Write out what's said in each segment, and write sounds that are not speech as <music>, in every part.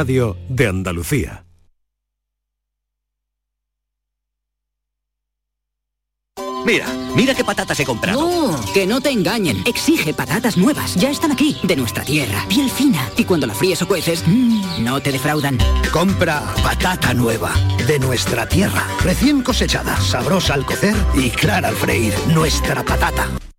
Radio de Andalucía. Mira, mira qué patatas he comprado. No, que no te engañen. Exige patatas nuevas. Ya están aquí, de nuestra tierra. Piel fina. Y cuando la fríes o cueces, mmm, no te defraudan. Compra patata nueva, de nuestra tierra. Recién cosechada, sabrosa al cocer y clara al freír. Nuestra patata.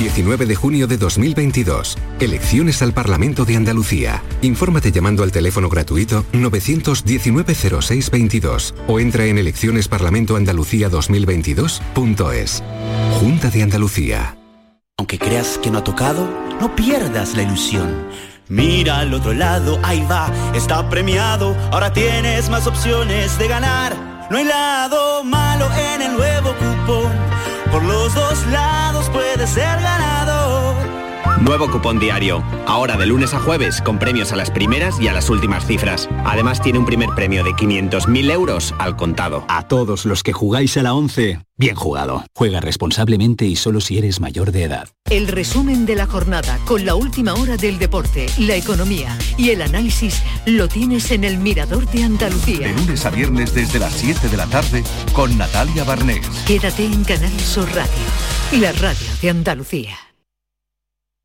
19 de junio de 2022. Elecciones al Parlamento de Andalucía. Infórmate llamando al teléfono gratuito 919-0622 o entra en eleccionesparlamentoandalucía2022.es. Junta de Andalucía. Aunque creas que no ha tocado, no pierdas la ilusión. Mira al otro lado, ahí va, está premiado, ahora tienes más opciones de ganar. No hay lado malo en el nuevo cupón por los dos lados puede ser ganador. Nuevo cupón diario. Ahora de lunes a jueves con premios a las primeras y a las últimas cifras. Además tiene un primer premio de 500.000 euros al contado. A todos los que jugáis a la 11, bien jugado. Juega responsablemente y solo si eres mayor de edad. El resumen de la jornada con la última hora del deporte, la economía y el análisis lo tienes en el Mirador de Andalucía. De lunes a viernes desde las 7 de la tarde con Natalia Barnés. Quédate en Canal Sur Radio, la radio de Andalucía.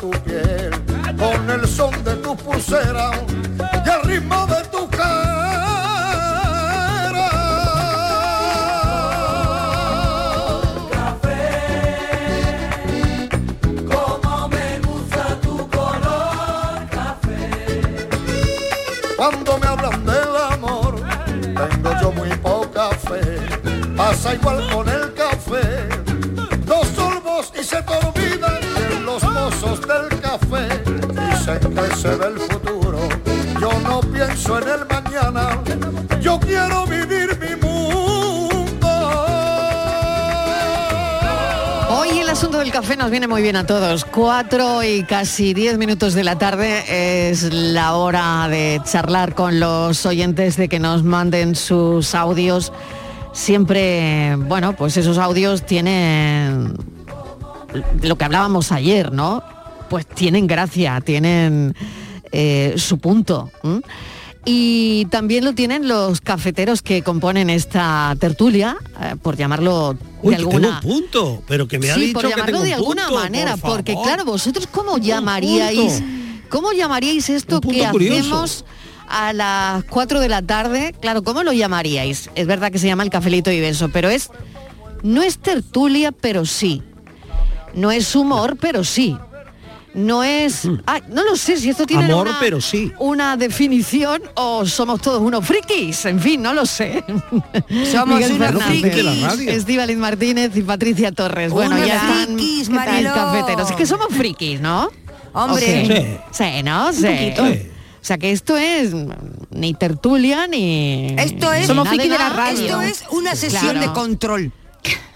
tu piel con el son de tu pulsera y el ritmo de tu cara. Café, como me gusta tu color café. Cuando me hablan del amor, tengo yo muy poca fe. Pasa igual con el café, dos sorbos y se te olvidan del café dicen que se ve el futuro. Yo no pienso en el mañana, yo quiero vivir mi mundo. Hoy el asunto del café nos viene muy bien a todos. Cuatro y casi diez minutos de la tarde es la hora de charlar con los oyentes, de que nos manden sus audios. Siempre, bueno, pues esos audios tienen lo que hablábamos ayer, ¿no? Pues tienen gracia, tienen eh, su punto. ¿m? Y también lo tienen los cafeteros que componen esta tertulia, eh, por llamarlo Uy, de que tengo un alguna punto, pero que me ha sí, dicho por que llamarlo tengo de un punto, alguna manera, por porque favor. claro, vosotros cómo llamaríais, cómo llamaríais esto que curioso. hacemos a las 4 de la tarde, claro, ¿cómo lo llamaríais? Es verdad que se llama el cafelito y beso, pero es, no es tertulia, pero sí. No es humor, pero sí. No es, ay, no lo sé si esto tiene Mm. Amor, una, pero sí. una definición o somos todos unos frikis, en fin, no lo sé. Somos Miguel unos Fernández, frikis. De la radio. Estíbaliz Martínez y Patricia Torres. Bueno, Unos ya están frikis, ¿qué tal, Mariló? cafeteros. Es que somos frikis, ¿no? Hombre. ¿O sí? Sí, ¿no? Un Sí. poquito. Sí. O sea que esto es mm, ni tertulia ni Esto es, somos Pues friki frikis de la radio. esto es una sesión de control.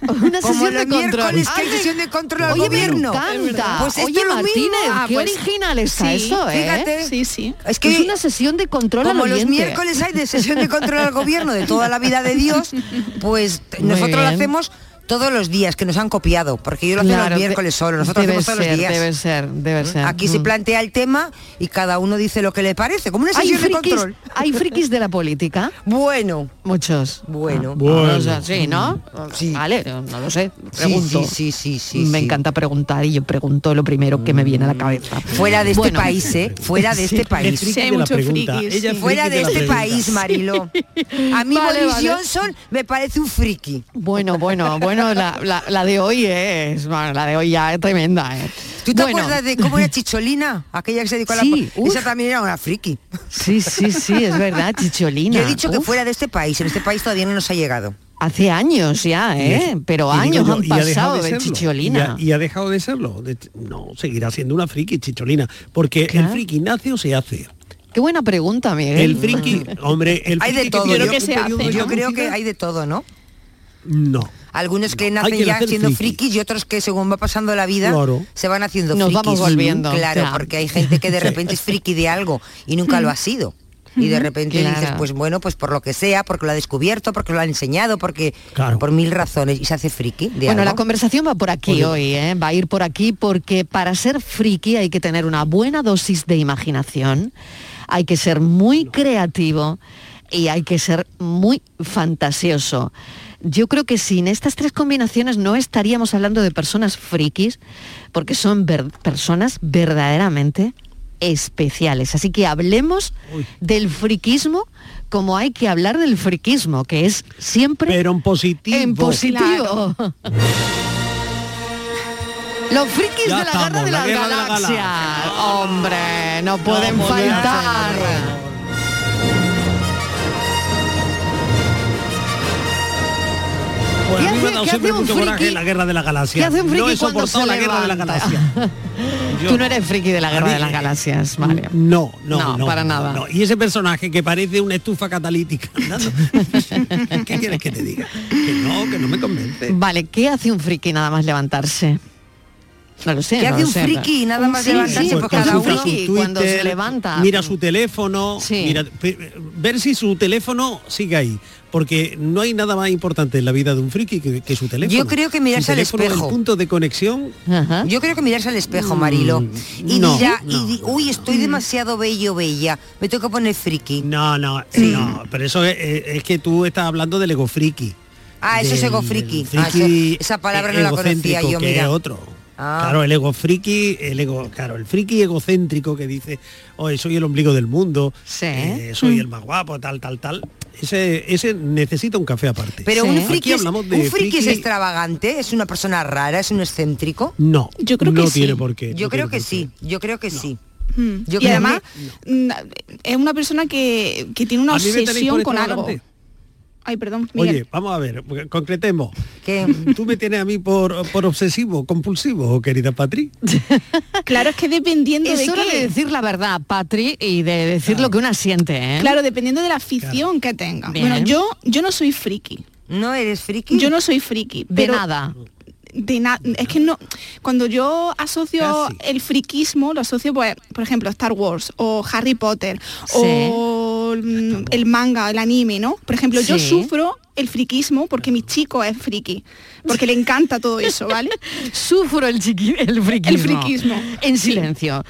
Una Como sesión de los control. miércoles que hay Ay, sesión de control al oye, me gobierno. encanta. Pues esto oye, es lo mismo. Martínez, Ah, qué pues, original está sí, eso, ¿eh? fíjate. Sí, sí. Es que- es una sesión de control Como al los oyente. miércoles hay de sesión de control al gobierno de toda la vida de Dios, pues t- <laughs> Muy nosotros lo bien. hacemos todos los días, que nos han copiado, porque yo lo hacía Claro, los de- miércoles solo, nosotros debe lo hacemos todos ser, los días. Debe ser, debe ser. Aquí se Mm. plantea el tema y cada uno dice lo que le parece, como una Hay sesión de frikis- control. hay frikis de la política. Bueno. Muchos. Ah, Bueno. Ah, O sea, sí, ¿no? Vale, no no lo sé. Sí, Pregunto. sí, sí, sí, sí, Me sí. encanta preguntar y yo pregunto lo primero que me viene a la cabeza. Fuera de este Bueno. país, ¿eh? Fuera de este <laughs> Sí, país. sí, hay mucho friki, sí. Fuera de este país, Marilo. A mí Vale, Boris vale. Johnson me parece un friki. Bueno, bueno, bueno, la, la- la de hoy es, bueno, la de hoy ya es tremenda. ¿eh? ¿Tú te Bueno. acuerdas de cómo era Chicholina? Aquella que se dedicó Sí, a la... po- Esa también era una friki. Sí, sí, sí, es verdad, Chicholina. Yo he dicho que Uf. fuera de este país. En este país todavía no nos ha llegado. Hace años ya, ¿eh? Y- Pero y digo años yo, han ¿y ha dejado pasado de, serlo? Chicholina. ¿Y ha, y ha dejado de serlo? De- no, seguirá siendo una friki chicholina, porque Claro. el friki nace o se hace. Qué buena pregunta, Miguel. El friki, hombre, el Hay friki de todo. tiene un yo periodo de yo creo que caducidad, hay de todo, ¿no? No. Algunos que hay nacen que ya nacer siendo friki. frikis y otros que según va pasando la vida Claro. se van haciendo Nos frikis. vamos volviendo, Claro, claro. porque hay gente <laughs> que de repente es friki de algo y nunca lo ha sido. Y de repente Claro. dices, pues bueno, pues por lo que sea, porque lo ha descubierto, porque lo ha enseñado, porque por mil razones y se hace friki de Bueno, la algo. conversación va por aquí Oye. hoy, ¿eh? va a ir por aquí porque para ser friki hay que tener una buena dosis de imaginación, hay que ser muy creativo y hay que ser muy fantasioso. Yo creo que sin estas tres combinaciones no estaríamos hablando de personas frikis, porque son ver- personas verdaderamente especiales. Así que hablemos del friquismo como hay que hablar del friquismo, que es siempre Pero en positivo. en positivo. Los frikis Ya de la guerra estamos, de la las guerra de la galaxias. Hombre, no pueden podía ser, faltar. Pues ¿Qué a mí me hace- ha dado qué siempre hace un mucho coraje friki? la guerra de la galaxia. ¿Qué hace un friki no he cuando se soportado la guerra de la levanta? galaxia. <laughs> Tú no eres friki de la guerra de las galaxias, vale. No, no, No, no, para nada. no. Y ese personaje que parece una estufa catalítica. <laughs> andando. ¿Qué quieres que te diga? Que no, que no me convence. Vale, ¿qué hace un friki nada más levantarse? No lo sé. ¿Qué no hace lo un sé. friki nada más Sí, levantarse? sí, Pues ¿qué hace cada un uno. friki Twitter, cuando se levanta. Mira su teléfono, mira- pe- ver si su teléfono sigue ahí. Porque no hay nada más importante en la vida de un friki que, que su teléfono. Yo creo que mirarse Su al teléfono es espejo. El punto de conexión. Mm, Yo creo que mirarse al espejo, Marilo. Y no, dirá, no, Mm. y di- uy, estoy demasiado bello, bella. Me tengo que poner friki. No, no, no. Pero eso es, es- es que tú estás hablando del ego friki. Ah, eso es Del ego friki. Ah, friki eso- esa palabra no la egocéntrico, conocía yo, que mira. es otro. Ah. Claro, el ego friki, el ego, claro, el friki egocéntrico que dice, oye, soy el ombligo del mundo, eh, Mm. soy el más guapo, tal, tal, tal. Ese, ese necesita un café aparte. Pero Aquí un, friki es, hablamos un de friki es extravagante, es una persona rara, es un excéntrico. No, Yo creo que no sí. tiene por qué, Yo no creo tiene que por sí, yo creo que sí. Mm. Yo y creo además mm, es una persona que, que tiene una A mí me tenéis obsesión por con algo. extravagante. Ay, perdón, Miguel. Oye, vamos a ver, concretemos. ¿Tú me tienes a mí por, por obsesivo, compulsivo, querida Patri? Claro, es que dependiendo Es de hora qué. de decir la verdad, Patri, y de decir lo que una siente, ¿eh? Claro, dependiendo de la afición que tenga. Bien. Bueno, yo yo no soy friki. ¿No eres friki? Yo no soy friki. De pero nada. De nada. Es que no. Cuando yo asocio el friquismo, lo asocio, pues, por ejemplo, Star Wars o Harry Potter Sí. o mm, el manga, el anime, ¿no? Por ejemplo, yo Sí. sufro el friquismo porque mi chico es friki, porque le encanta todo eso, ¿vale? <laughs> Sufro el, chiqui- el friquismo. El friquismo. En silencio.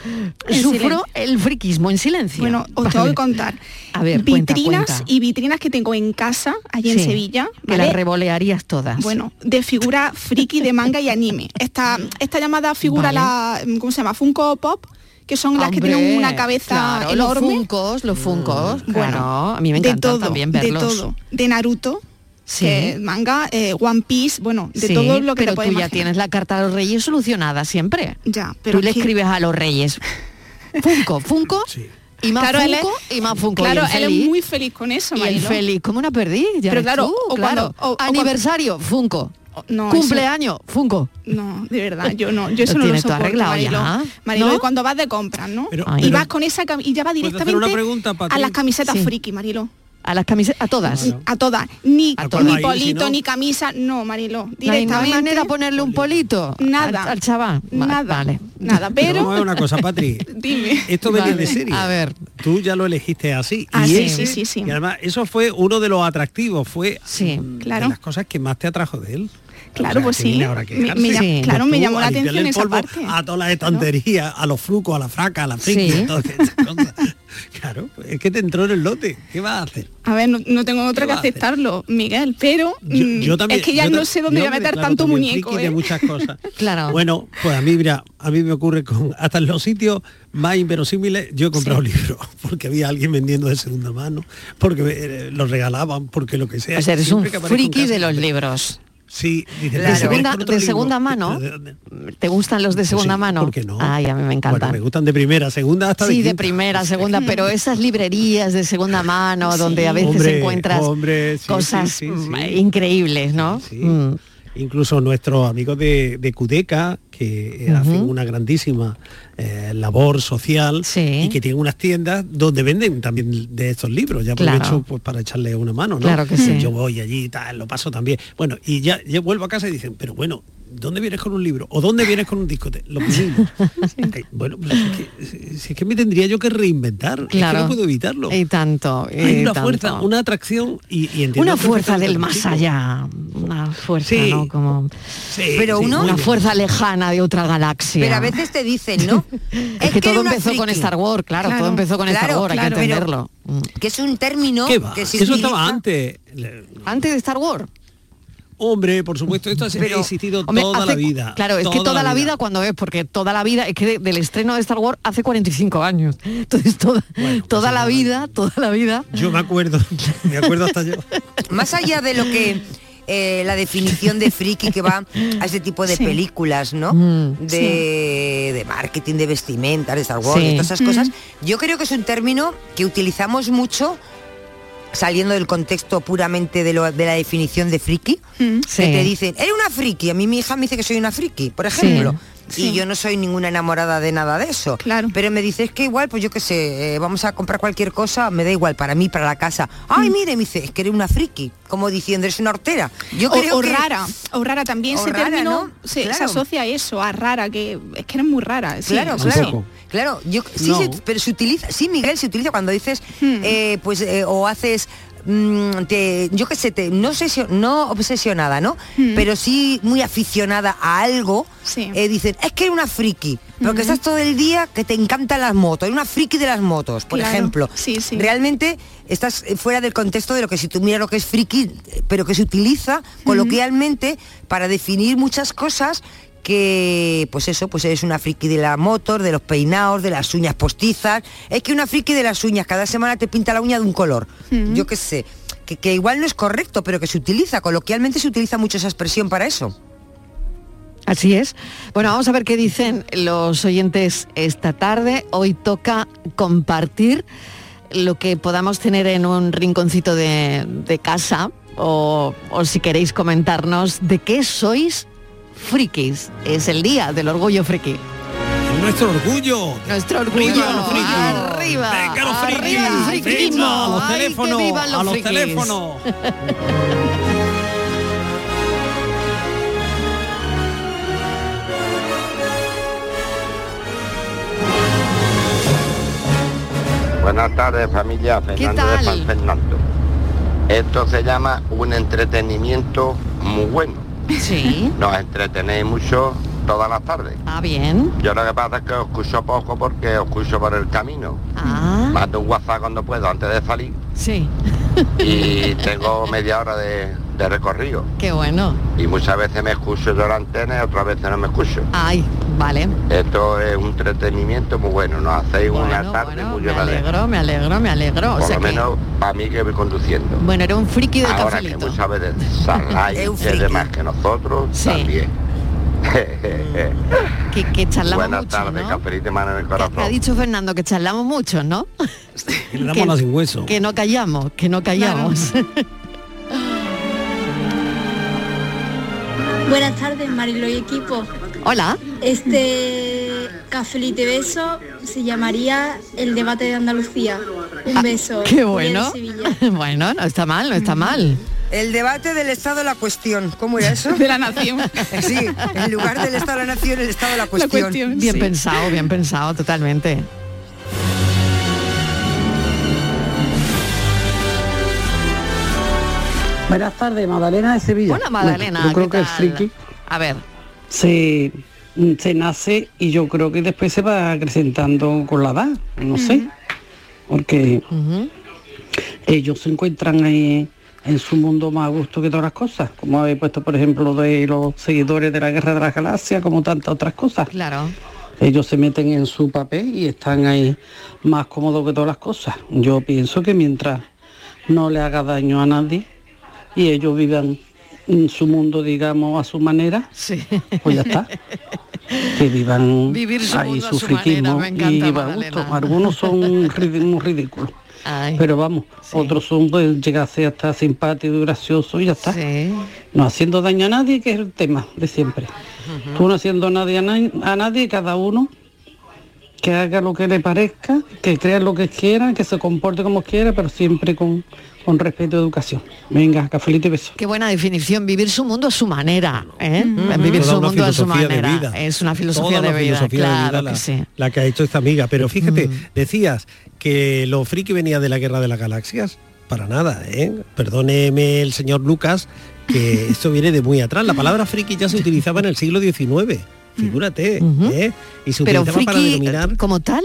En Sufro silencio. el friquismo en silencio. Bueno, os tengo Vale. que contar. A ver, cuenta, vitrinas cuenta. y vitrinas que tengo en casa, allí en Sí, Sevilla. Que ¿vale? las revolearías todas. Bueno, de figura friki de manga y anime. <laughs> Esta, esta llamada figura, la, ¿cómo se llama? Funko Pop, que son las que Hombre, tienen una cabeza claro, Los enorme. funcos, los funcos. Bueno, claro, a mí me encanta también verlos. De todo, de Naruto, que manga, eh, One Piece, bueno, de Sí, todo lo que pero te tú puedes ya tienes la carta a los reyes solucionada siempre. Ya, pero tú le es que- escribes a los reyes. Funko, Funko y más Claro, él es- Funko y más Funko. Claro, y el él feliz. es muy feliz con eso, y el Mariló. feliz, ¿cómo una perdí? Ya Pero ves claro, tú, o claro. cuando- o- o cuando- Aniversario, Funko. No, Cumpleaños, Funko. No, de verdad, yo no, yo eso no lo Tienes todo soporto, arreglado ya, Mariló. ¿no? Mariló, y cuando vas de compras, ¿no? Pero- y pero- vas con esa cam- y ya va hacer una directamente pregunta, a Patri? las camisetas Sí. friki, Marilo. A las camisetas, a todas. A todas, ni, A todas. ni Ahí, si polito, no- ni camisa, no, Marilo, No hay, directamente. no hay manera de ponerle un polito Nada. al, al chaval. Va- Nada. Vale. Nada, pero Vamos a ver una cosa, Patri. <laughs> dime. Esto viene Vale. de serie. A ver. Tú ya lo elegiste así. Ah, y sí, ese- sí, sí, sí. Y además, eso fue uno de los atractivos, fue mm, claro. de las cosas que más te atrajo de él. Claro, pues que sí. viene ahora a Me- quejarse. me llam- Sí. claro, Pues me tú llamó la a limpiarle atención el esa polvo parte. A todas las estanterías, a los frucos, a la fraca, a la friki, Sí. a todas esas cosas. <laughs> Claro, pues es que te entró en el lote. ¿Qué vas a hacer? A ver, no, no tengo otra ¿Qué que va a hacer? aceptarlo, Miguel, pero Yo- mm, yo también- es que ya yo no ta- sé dónde yo voy a me meter declaro tanto también muñeco. friki de ¿eh? muchas cosas. <laughs> Claro. Bueno, pues a mí, mira, a mí me ocurre con <laughs> hasta en los sitios más inverosímiles, yo he comprado libros <laughs> porque había alguien vendiendo de segunda mano, porque eh, los regalaban, porque lo que sea. O sea, eres Siempre un que aparezco en friki casa- de los libros. Sí, dice, De "Pero si segunda, aparezco otro de libro". segunda mano. ¿Te gustan los de segunda mano? ¿por qué no? Ay, a mí me encantan. Bueno, me gustan de primera, segunda hasta sí, de, de quinta. primera, segunda, pero esas librerías de segunda mano donde a veces Hombre, encuentras hombre, sí, sí, cosas sí, mm, increíbles, ¿no? Mm. Incluso nuestros amigos de, de Cudeca, que eh, hacen una grandísima eh, labor social y que tienen unas tiendas donde venden también de estos libros. Ya aprovecho Claro. pues, para echarle una mano, ¿no? Claro que sí. Yo voy allí, tal, lo paso también. Bueno, y ya, ya vuelvo a casa y dicen, pero bueno, ¿dónde vienes con un libro? ¿O dónde vienes con un disco? Te- <laughs> Lo mismo. Ok, Bueno, pues es que, si- si es que me tendría yo que reinventar, es que Claro. no puedo evitarlo. Y tanto. Hay y una tanto. fuerza, una atracción y, y entiendo Una fuerza perfectamente del lo que más digo. allá, una fuerza, Sí. ¿no? Como Sí, sí, muy una bien. fuerza lejana de otra galaxia. Pero a veces te dicen, <laughs> ¿no? es que, todo empezó con Star Wars, claro, todo empezó con Star Wars, hay que entenderlo. que es un término ¿Qué va? que se Eso utiliza- estaba antes. Antes de Star Wars. Hombre, por supuesto, esto ha existido Hombre, toda la hace- vida. Claro, es que toda la vida, cuando es, porque toda la vida, es que de- del estreno de Star Wars hace 45 años. <laughs> Entonces toda, toda la vida, toda la vida. Yo me acuerdo, <laughs> me acuerdo hasta yo. Más allá de lo que eh, la definición de friki que va a ese tipo de Sí. películas, ¿no? Mm. de, de marketing, de vestimenta, de Star Wars, Sí. de todas esas Mm. cosas. Yo creo que es un término que utilizamos mucho Mm. saliendo del contexto puramente de, lo- de la definición de friki, que Sí. te dicen, eres una friki, a mí mi hija me dice que soy una friki, por ejemplo, Sí. y Sí. yo no soy ninguna enamorada de nada de eso, pero me dices que igual, pues yo qué sé, eh, vamos a comprar cualquier cosa, me da igual, para mí, para la casa, ay, Mm. mire, me dice, es que eres una friki, como diciendo, eres una hortera. Yo o, creo o que- rara, o rara también O ese rara, término ¿no? se, se Claro. asocia a eso, a rara, que es que eres muy rara. sí, claro, sí, claro. sí. Claro, yo sí, No. Hmm. se- pero se utiliza, sí, Miguel, se utiliza cuando dices, eh, pues, eh, o haces, mm, te- yo qué sé, te, no, obsesio- no obsesionada, ¿no? Hmm. Pero sí muy aficionada a algo, eh, dicen, es que eres una friki, porque Hmm. estás todo el día que te encantan las motos, eres una friki de las motos, por Claro, ejemplo. Realmente estás eh, fuera del contexto de lo que si tú miras lo que es friki, eh, pero que se utiliza coloquialmente para definir muchas cosas que pues eso, pues es una friki de la motor, de los peinados, de las uñas postizas. Es que una friki de las uñas, cada semana te pinta la uña de un color. Ujú. Yo qué sé, que, que igual no es correcto, pero que se utiliza, coloquialmente se utiliza mucho esa expresión para eso. Así es. Bueno, vamos a ver qué dicen los oyentes esta tarde. Hoy toca compartir lo que podamos tener en un rinconcito de, de casa o, o si queréis comentarnos de qué sois frikis. Es el día del orgullo friki. Nuestro orgullo. Nuestro orgullo. Arriba los frikis. Arriba. Venga los frikis. Arriba el frikismo. Venga, a Ay, los que teléfonos. vivan los a los frikis. teléfonos. Buenas tardes, familia Fernando tal? de San Fernando. Esto se llama un entretenimiento muy bueno. Sí. Nos entretenéis mucho todas las tardes. Ah, bien. Yo lo que pasa es que os escucho poco porque os escucho por el camino. Ah. Mando un WhatsApp cuando puedo antes de <laughs> salir Sí. y tengo media hora de, de recorrido. Qué bueno. Y muchas veces me escucho de la antena y otras veces no me escucho. Ay, vale. Esto es un entretenimiento muy bueno, nos hacéis una tarde muy Me llevadera. alegro, me alegro, me alegro. O Por sea lo que- menos para mí que voy conduciendo. bueno, era un friki del Ahora cafelito. que muchas veces <laughs> saláis Es un ustedes friki. más que nosotros también. <laughs> Que, que Mm. charlamos Buenas mucho, tardes, ¿no? cafelito y mano en el Que ha corazón. dicho Fernando que charlamos mucho, ¿no? Le damos la sin <laughs> hueso. Que no callamos, que no callamos. <laughs> Buenas tardes, Marilo y equipo. Hola. Este cafelito y beso se llamaría El debate de Andalucía. Un beso. Julia Qué de bueno. Sevilla. <laughs> bueno, no está mal, no está mal. El debate del Estado de la cuestión. ¿Cómo era eso? <laughs> De la nación. Sí, en lugar del Estado de la nación, el Estado de la cuestión. Bien pensado, bien pensado, totalmente. Buenas tardes, Magdalena de Sevilla. Hola, Magdalena, Bueno, yo creo ¿qué que el tal? friki A ver, se, se nace y yo creo que después se va acrecentando con la edad, no sé. Porque ellos se encuentran eh, en su mundo más a gusto que todas las cosas, como habéis puesto, por ejemplo, de los seguidores de la Guerra de las Galaxias, como tantas otras cosas. Claro. Ellos se meten en su papel y están ahí más cómodos que todas las cosas. Yo pienso que mientras no le haga daño a nadie y ellos vivan en su mundo, digamos, a su manera, pues ya está. Que vivan Vivir su ahí mundo a su su manera, friquismo me y encanta, va a Magdalena. gusto. Algunos son rid- muy ridículos, pero vamos, otros son pues llega a ser hasta simpático y gracioso y ya está. No haciendo daño a nadie, que es el tema de siempre. Tú no haciendo nadie a, na- a nadie, cada uno que haga lo que le parezca, que crea lo que quiera, que se comporte como quiera, pero siempre con, con respeto y educación. Venga, cafelito y beso. Qué buena definición, vivir su mundo a su manera. ¿eh? Vivir Toda su una mundo a su filosofía de manera. vida. Es una filosofía Toda de una vida, filosofía de claro vida que la, sí. Mm. la que ha hecho esta amiga. Pero fíjate, decías que lo friki venía de la guerra de las galaxias. Para nada, ¿eh? Perdóneme el señor Lucas, <laughs> que esto viene de muy atrás. La palabra friki ya se utilizaba en el siglo XIX, figúrate, ¿eh? Y se Mm. Pero utilizaba para friki eh, denominar como tal,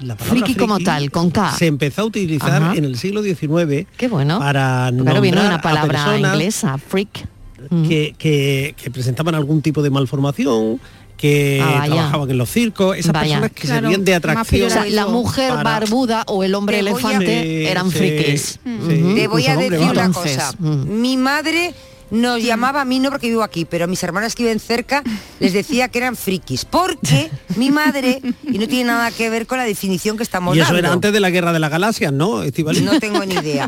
la palabra friki como tal, con K. Se empezó a utilizar Ajá. en el siglo XIX Qué bueno. para nombrar Claro, viene de una a palabra personas inglesa, freak. que, que- que presentaban algún tipo de malformación, que Ah, vaya. trabajaban en los circos, esas Vaya. personas que servían de atracción. O sea, la mujer para- barbuda o el hombre Te voy a- elefante Sí, eran sí, frikis. sí. Ujú. Pues Te voy a decir una Entonces, cosa. Mi madre nos llamaba a mí, no porque vivo aquí, pero a mis hermanas que viven cerca les decía que eran frikis. Porque mi madre, y no tiene nada que ver con la definición que estamos Y eso dando. era antes de la guerra de las galaxias, ¿no, Estivali? No tengo ni idea.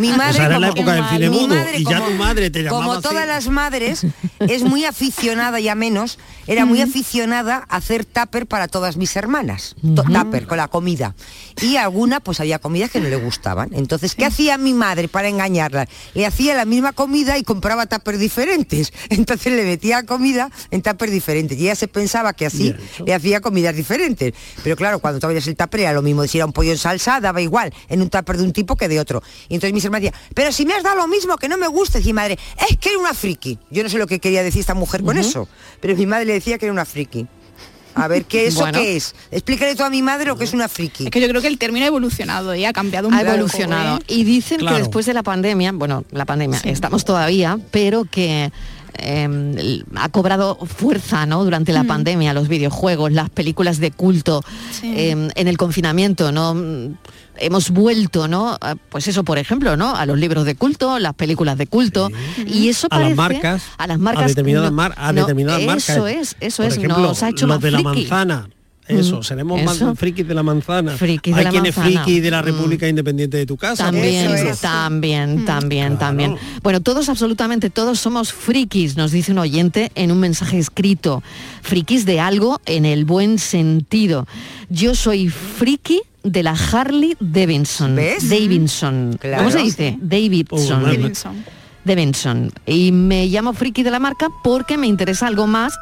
Mi O sea, madre, era Pues la como- época del cine mi mudo, madre, y ya como- tu madre te llamaba Como así. todas las madres, es <laughs> muy aficionada, ya menos, era muy aficionada a hacer tupper para todas mis hermanas. To- Tupper, con la comida. Y alguna, pues había comidas que no le gustaban. Entonces, ¿qué hacía mi madre para engañarla? Le hacía la misma comida y compraba tupper diferentes. <laughs> Entonces le metía comida en tupper diferentes. Y ella se pensaba que así le hacía comidas diferentes. Pero claro, cuando tú abrías el tupper era lo mismo. Si era un pollo en salsa, daba igual en un tupper de un tipo que de otro. Y entonces mis hermanas decían, pero si me has dado lo mismo, que no me gusta. Decía mi madre, es que era una friki. Yo no sé lo que quería decir esta mujer con eso. Pero mi madre le decía que era una friki. A ver, ¿qué eso Bueno. qué es? Explícale tú a mi madre lo que es una friki. Es que yo creo que el término ha evolucionado y ha cambiado un ha poco, evolucionado. ¿eh? Y dicen Claro. que después de la pandemia, bueno, la pandemia, estamos todavía, pero que eh, el- ha cobrado fuerza ¿no? durante Mm. la pandemia los videojuegos, las películas de culto, eh, en el confinamiento, ¿no? Mm, Hemos vuelto, ¿no? A- Pues eso, por ejemplo, ¿no? A los libros de culto, las películas de culto. Y eso A las parece- marcas, A las marcas. a determinadas, no, mar- a no, determinadas marcas. Eso es, eso Por es. ejemplo, nos ha hecho los más de la friki. manzana. <laughs> Eso, Mm, seremos eso. más frikis de la manzana. Frikis de Hay la quien es manzana. Mm. friki de la República Independiente de tu casa. por También, ejemplo. también, también, también. Bueno, todos, absolutamente todos somos frikis, nos dice un oyente en un mensaje escrito. Frikis de algo en el buen sentido. Yo soy friki de la Harley Davidson. ¿Ves? Davidson. Claro. Oh, ¿Cómo se dice? Davidson. Pues, de Benson. Y me llamo friki de la marca porque me interesa algo más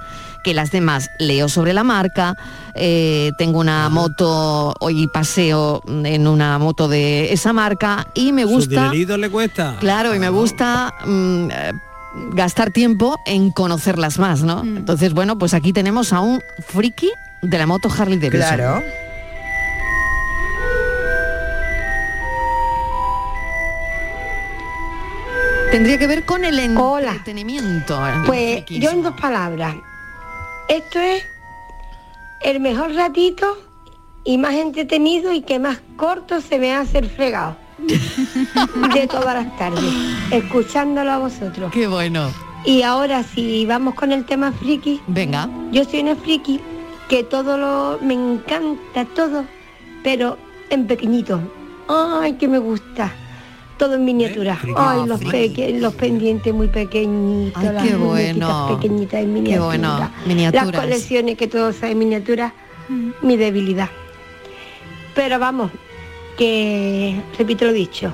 que las demás. Leo sobre la marca, eh, tengo una moto, hoy paseo en una moto de esa marca y me Sus gusta... dineritos le cuesta. Claro, y me gusta mm, eh, gastar tiempo en conocerlas más, ¿no? Mm. Entonces, bueno, pues aquí tenemos a un friki de la moto Harley Davidson. Claro. Tendría que ver con el entretenimiento. eh, el Pues friquismo. yo en dos palabras. Esto es el mejor ratito y más entretenido y que más corto se me hace el fregado. de todas las tardes, escuchándolo a vosotros. Qué bueno. Y ahora si vamos con el tema friki. Venga. Yo soy una friki que todo lo me encanta todo, pero en pequeñito. Ay, que me gusta. Todo en miniatura. Ay, los, peque- los pendientes muy pequeñitos. Ah, Ay, las qué muñequitas bueno. Pequeñitas en Qué miniatura. bueno, Las miniaturas. colecciones que todo sea en miniatura, mi debilidad. Pero vamos, que repito lo dicho.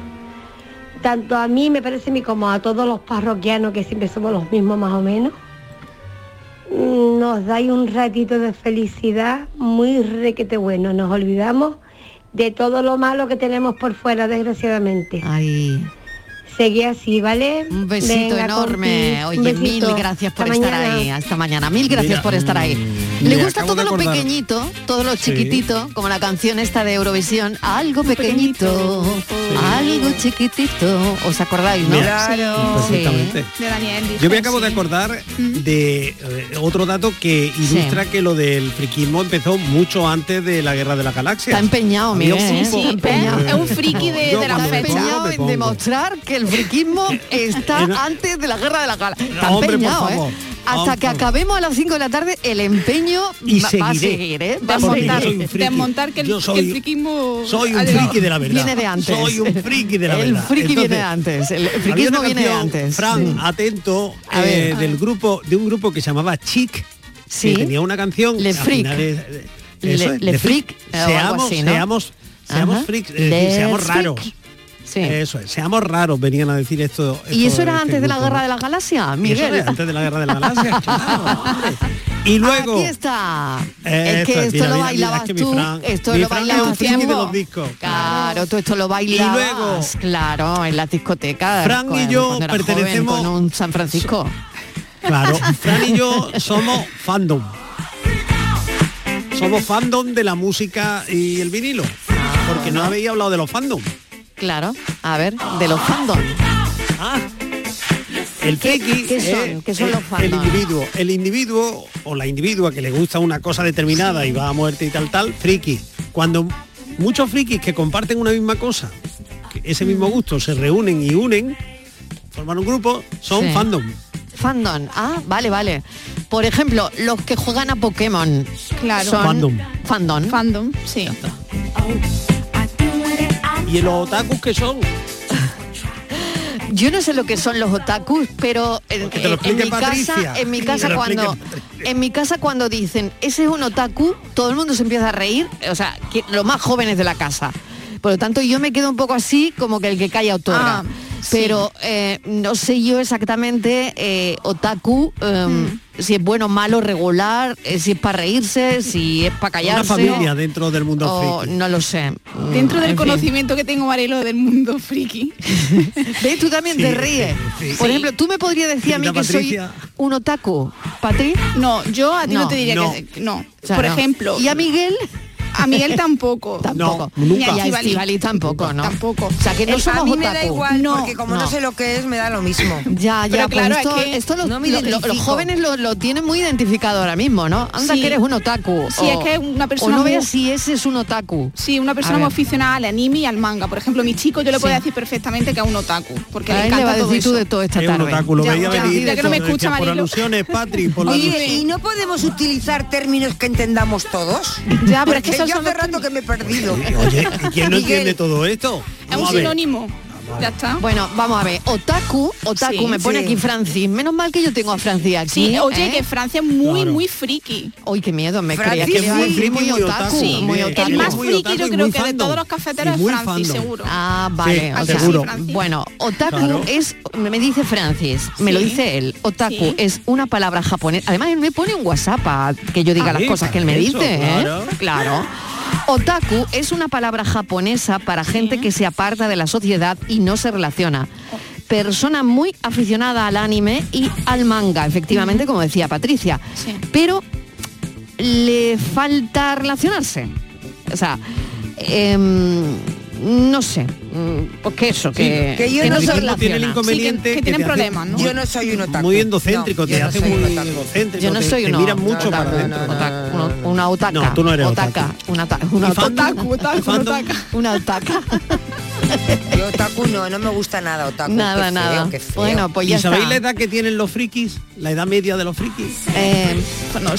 Tanto a mí me parece a mí como a todos los parroquianos que siempre somos los mismos más o menos. mm, Nos dais un ratito de felicidad muy requete bueno. Nos olvidamos de todo lo malo que tenemos por fuera, desgraciadamente. Ay. Seguí así, ¿vale? Un besito enorme. Oye, mil gracias por estar ahí. Hasta mañana. Mil gracias Mira, por estar ahí. me Mm. Le gusta acabo todo de lo acordar. pequeñito, todo lo Sí. chiquitito, como la canción esta de Eurovisión, algo pequeñito, algo chiquitito. ¿Os acordáis, no? Claro. Sí. Perfectamente. De Daniel. Yo Dijsen, me acabo de sí. acordar Mm. de eh, otro dato que ilustra que lo del friquismo empezó mucho antes de la Guerra de la Galaxia. Está empeñado, Había Miguel, un ¿eh? grupo- Está empeñado. Es un friki de, Yo de la cuando me fecha. pongo, me en pongo. demostrar que el <laughs> friquismo está Era- antes de la guerra de la gala. Está Hombre, por empeñado, favor. ¿eh? Hasta Hombre. que acabemos a las 5 de la tarde, el empeño Y va, va a seguiré. seguir, ¿eh? Va a Porque yo seguir. soy un friki. Desmontar que el- Yo que el soy- friquismo... Soy un friki de la verdad. Viene de antes. Soy un friki de la El verdad. friki viene de antes. El había friquismo una viene de canción, antes. Fran, Sí. atento, A eh, ver. del grupo, de un grupo que se llamaba Chic. Sí. Que tenía una canción. Le a Freak. finales- eh, Le- eso es, Le Le Freak, o algo Seamos, así, ¿no? seamos, seamos Ajá. freaks, es Le decir, seamos Freak. raros. Eso es, seamos raros, venían a decir esto. <laughs> ¿Y eso esto- era este antes de la grupo. guerra de la galaxia, Y eso Miguel? era antes de la guerra de la galaxia, <laughs> claro, hombre. Y luego. Aquí está. Eh, es que esto, esto mira, lo mira, mira, bailabas es que mi tú, Fran- esto mi lo Fran es un bailabas friki de tú. los discos. Claro, tú esto lo bailabas. luego- claro, en las discotecas. Fran y con- yo cuando eras joven, pertenecemos- con un San Francisco. Claro, <laughs> Fran y yo somos fandom. Somos fandom de la música y el vinilo. Porque no habéis hablado de los fandom. Ah. Claro, a ver, de los fandom. Ah. El ¿Qué- friki qué son? es ¿Qué son el- los fandom? El individuo, el individuo o la individua que le gusta una cosa determinada y va a muerte y tal tal, friki. Cuando muchos frikis que comparten una misma cosa, que ese mismo Mm. gusto, se reúnen y unen, forman un grupo, son Sí. fandom. Fandom. Ah, vale, vale. Por ejemplo, los que juegan a Pokémon. Claro. Son Fandom. Fandom. Fandom, sí. Y los otakus que son, Yo no sé lo que son los otakus, pero en, te lo en- explique en mi Patricia. casa, en mi Que casa te lo explique cuando en mi casa cuando dicen, "Ese es un otaku", todo el mundo se empieza a reír, o sea, que- los más jóvenes de la casa. Por lo tanto, yo me quedo un poco así como que el que calla otorga. Ah, sí. Pero eh, no sé yo exactamente eh, otaku em, si es bueno, malo, regular, eh, si es para reírse, si es para callarse. una familia dentro del mundo o- friki. no lo sé. Dentro Mm, del en fin. conocimiento que tengo, Marelo, del mundo <laughs> friki. ¿Ves? Tú también Sí, te ríes. sí, sí. Por ejemplo, tú me podrías decir a mí Señorita que soy Patricia. un otaku. ¿Patri? No, yo a ti no, te diría que no. O sea, Por no. ejemplo. ¿Y a Miguel? A Miguel tampoco. Tampoco. No, nunca. Ni a Y a Estivali Estivali tampoco, ¿no? Tampoco. O sea, que no El- somos a mí me da otaku. igual, No, porque como no. sé lo que es, me da lo mismo. Ya, ya, Pero pues claro, esto, es que esto lo- no me lo- lo- los identifico. jóvenes lo, lo tienen muy identificado ahora mismo, ¿no? Anda Sí. que eres un otaku. <laughs> Sí, es que es una persona O no muy- veas si ese es un otaku. Sí, una persona A muy ver. aficionada al anime y al manga. Por ejemplo, mi chico yo le Sí. puedo decir perfectamente que es un otaku, porque A le él le encanta va a todo decir tú eso. de todo esta Es un tarde. otaku, lo Ya, veía ya. venir. ya que no esto, me decía, escucha, Por Marilo. alusiones, Patri, por la Oye, ¿y no podemos utilizar términos que entendamos todos? Ya, pero es que Porque esos yo son hace rato que me he perdido. Oye, ¿y quién <laughs> Miguel. no entiende todo esto? Es un Vamos a ver. sinónimo. Ya está. Bueno, vamos a ver. Otaku, otaku, Sí, me pone sí. aquí Francis. Menos mal que yo tengo a Francis aquí. Sí, oye, ¿eh? que Francia es muy, Claro. muy friki. Uy, qué miedo, me Francis, creía que sí, era muy friki, muy otaku, Sí, muy también. otaku. El más Muy friki, otaku yo y creo muy que de fandom. todos los cafeteros Y es muy Francis, fandom. seguro. Ah, vale, Sí, o sea, seguro. Bueno, otaku Claro. es, me me dice Francis, me lo Sí. dice él, otaku Sí. es una palabra japonesa. Además, él me pone un WhatsApp a que yo diga Ah, las sí, cosas que él me para eso, dice, ¿eh? claro. claro. Otaku es una palabra japonesa para gente que se aparta de la sociedad y no se relaciona. Persona muy aficionada al anime y al manga, efectivamente, como decía Patricia. Pero le falta relacionarse. O sea, em, no sé. mm, Pues que eso, que, que yo que no se soy- relaciona. tiene el inconveniente que te hace- Yo no soy un otaku. Muy endocéntrico, No, te yo no hace soy un muy otaku. egocéntrico. Yo no te- soy te una miran mucho otaku, para dentro. una, una otaca. No, tú no eres otaca. Una, ota- una Y fandom. otaku, Y otaku, fandom. otaca. Una otaca. Yo otaku no, no me gusta nada otaku. Nada, qué feo, nada. qué feo. Bueno, pues ya ¿Y sabéis está. la edad que tienen los frikis? ¿La edad media de los frikis? Eh,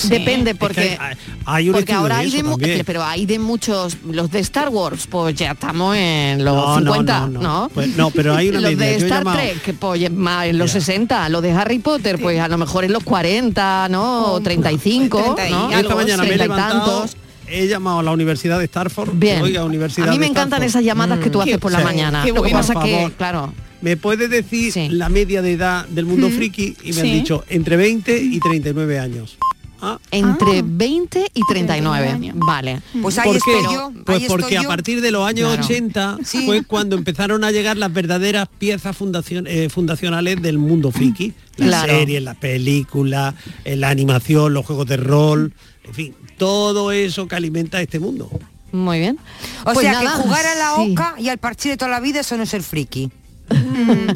Depende Es que porque hay- hay un porque estudio ahora de hay eso de mu- también. pero hay de muchos los de Star Wars pues ya estamos en los No, no, 50 no, no, no. Pues no, pero hay una <laughs> los media, de yo he Star llamado- Trek que, pues ya más en los 60 los de Harry Potter pues a lo mejor en los 40 no O 35 ¿no? Yo esta mañana me he 30 y levantado, tantos. he llamado a la Universidad de Starford. Bien. Oiga, Universidad A mí de me encantan Stanford. esas llamadas que tú haces por la Sí. mañana. Lo que pasa Por que, favor. claro. ¿Me puede decir la media de edad del mundo Mm. friki? Y me han Sí. dicho entre 20 y 39 años. Entre 20 y 39. Vale. Pues ¿Por qué? Pues porque a partir de los años Claro. 80 fue cuando empezaron a llegar las verdaderas piezas fundacion- eh, fundacionales del mundo friki. Las Claro. series, las películas, eh, la animación, los juegos de rol, en fin, todo eso que alimenta este mundo. Muy bien. O Pues sea, nada, que jugar a la sí. oca y al parche de toda la vida, eso no es ser friki.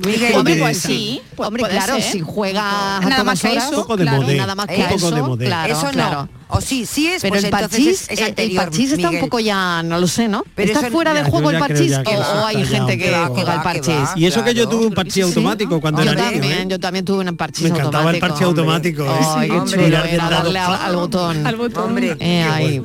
Miguel, Hombre, pues sí, pues hombre, puede claro, ser. si juega Nada a más todas que horas, eso, Un poco de claro, modé, nada más un que poco eso, de modé. claro, ¿Eh? Eso no. claro. O sí, sí es, pero pues el entonces es- parchís, es el- el, anterior, parchís está un Miguel. poco ya, no lo sé, ¿no? Pero está eso- fuera de Ya, yo juego el ya creo parchís ya que o, va, o hay está ya gente un que poco, juega al va, que parchís. va, Y eso que yo tuve un parche automático cuando yo era niño. también, ¿eh? yo también tuve un parchís Me encantaba el parche automático. ¿eh? Ay, qué Hombre, chulo mirar del era lado. darle al, al botón. Al botón. Hombre. Eh, ahí,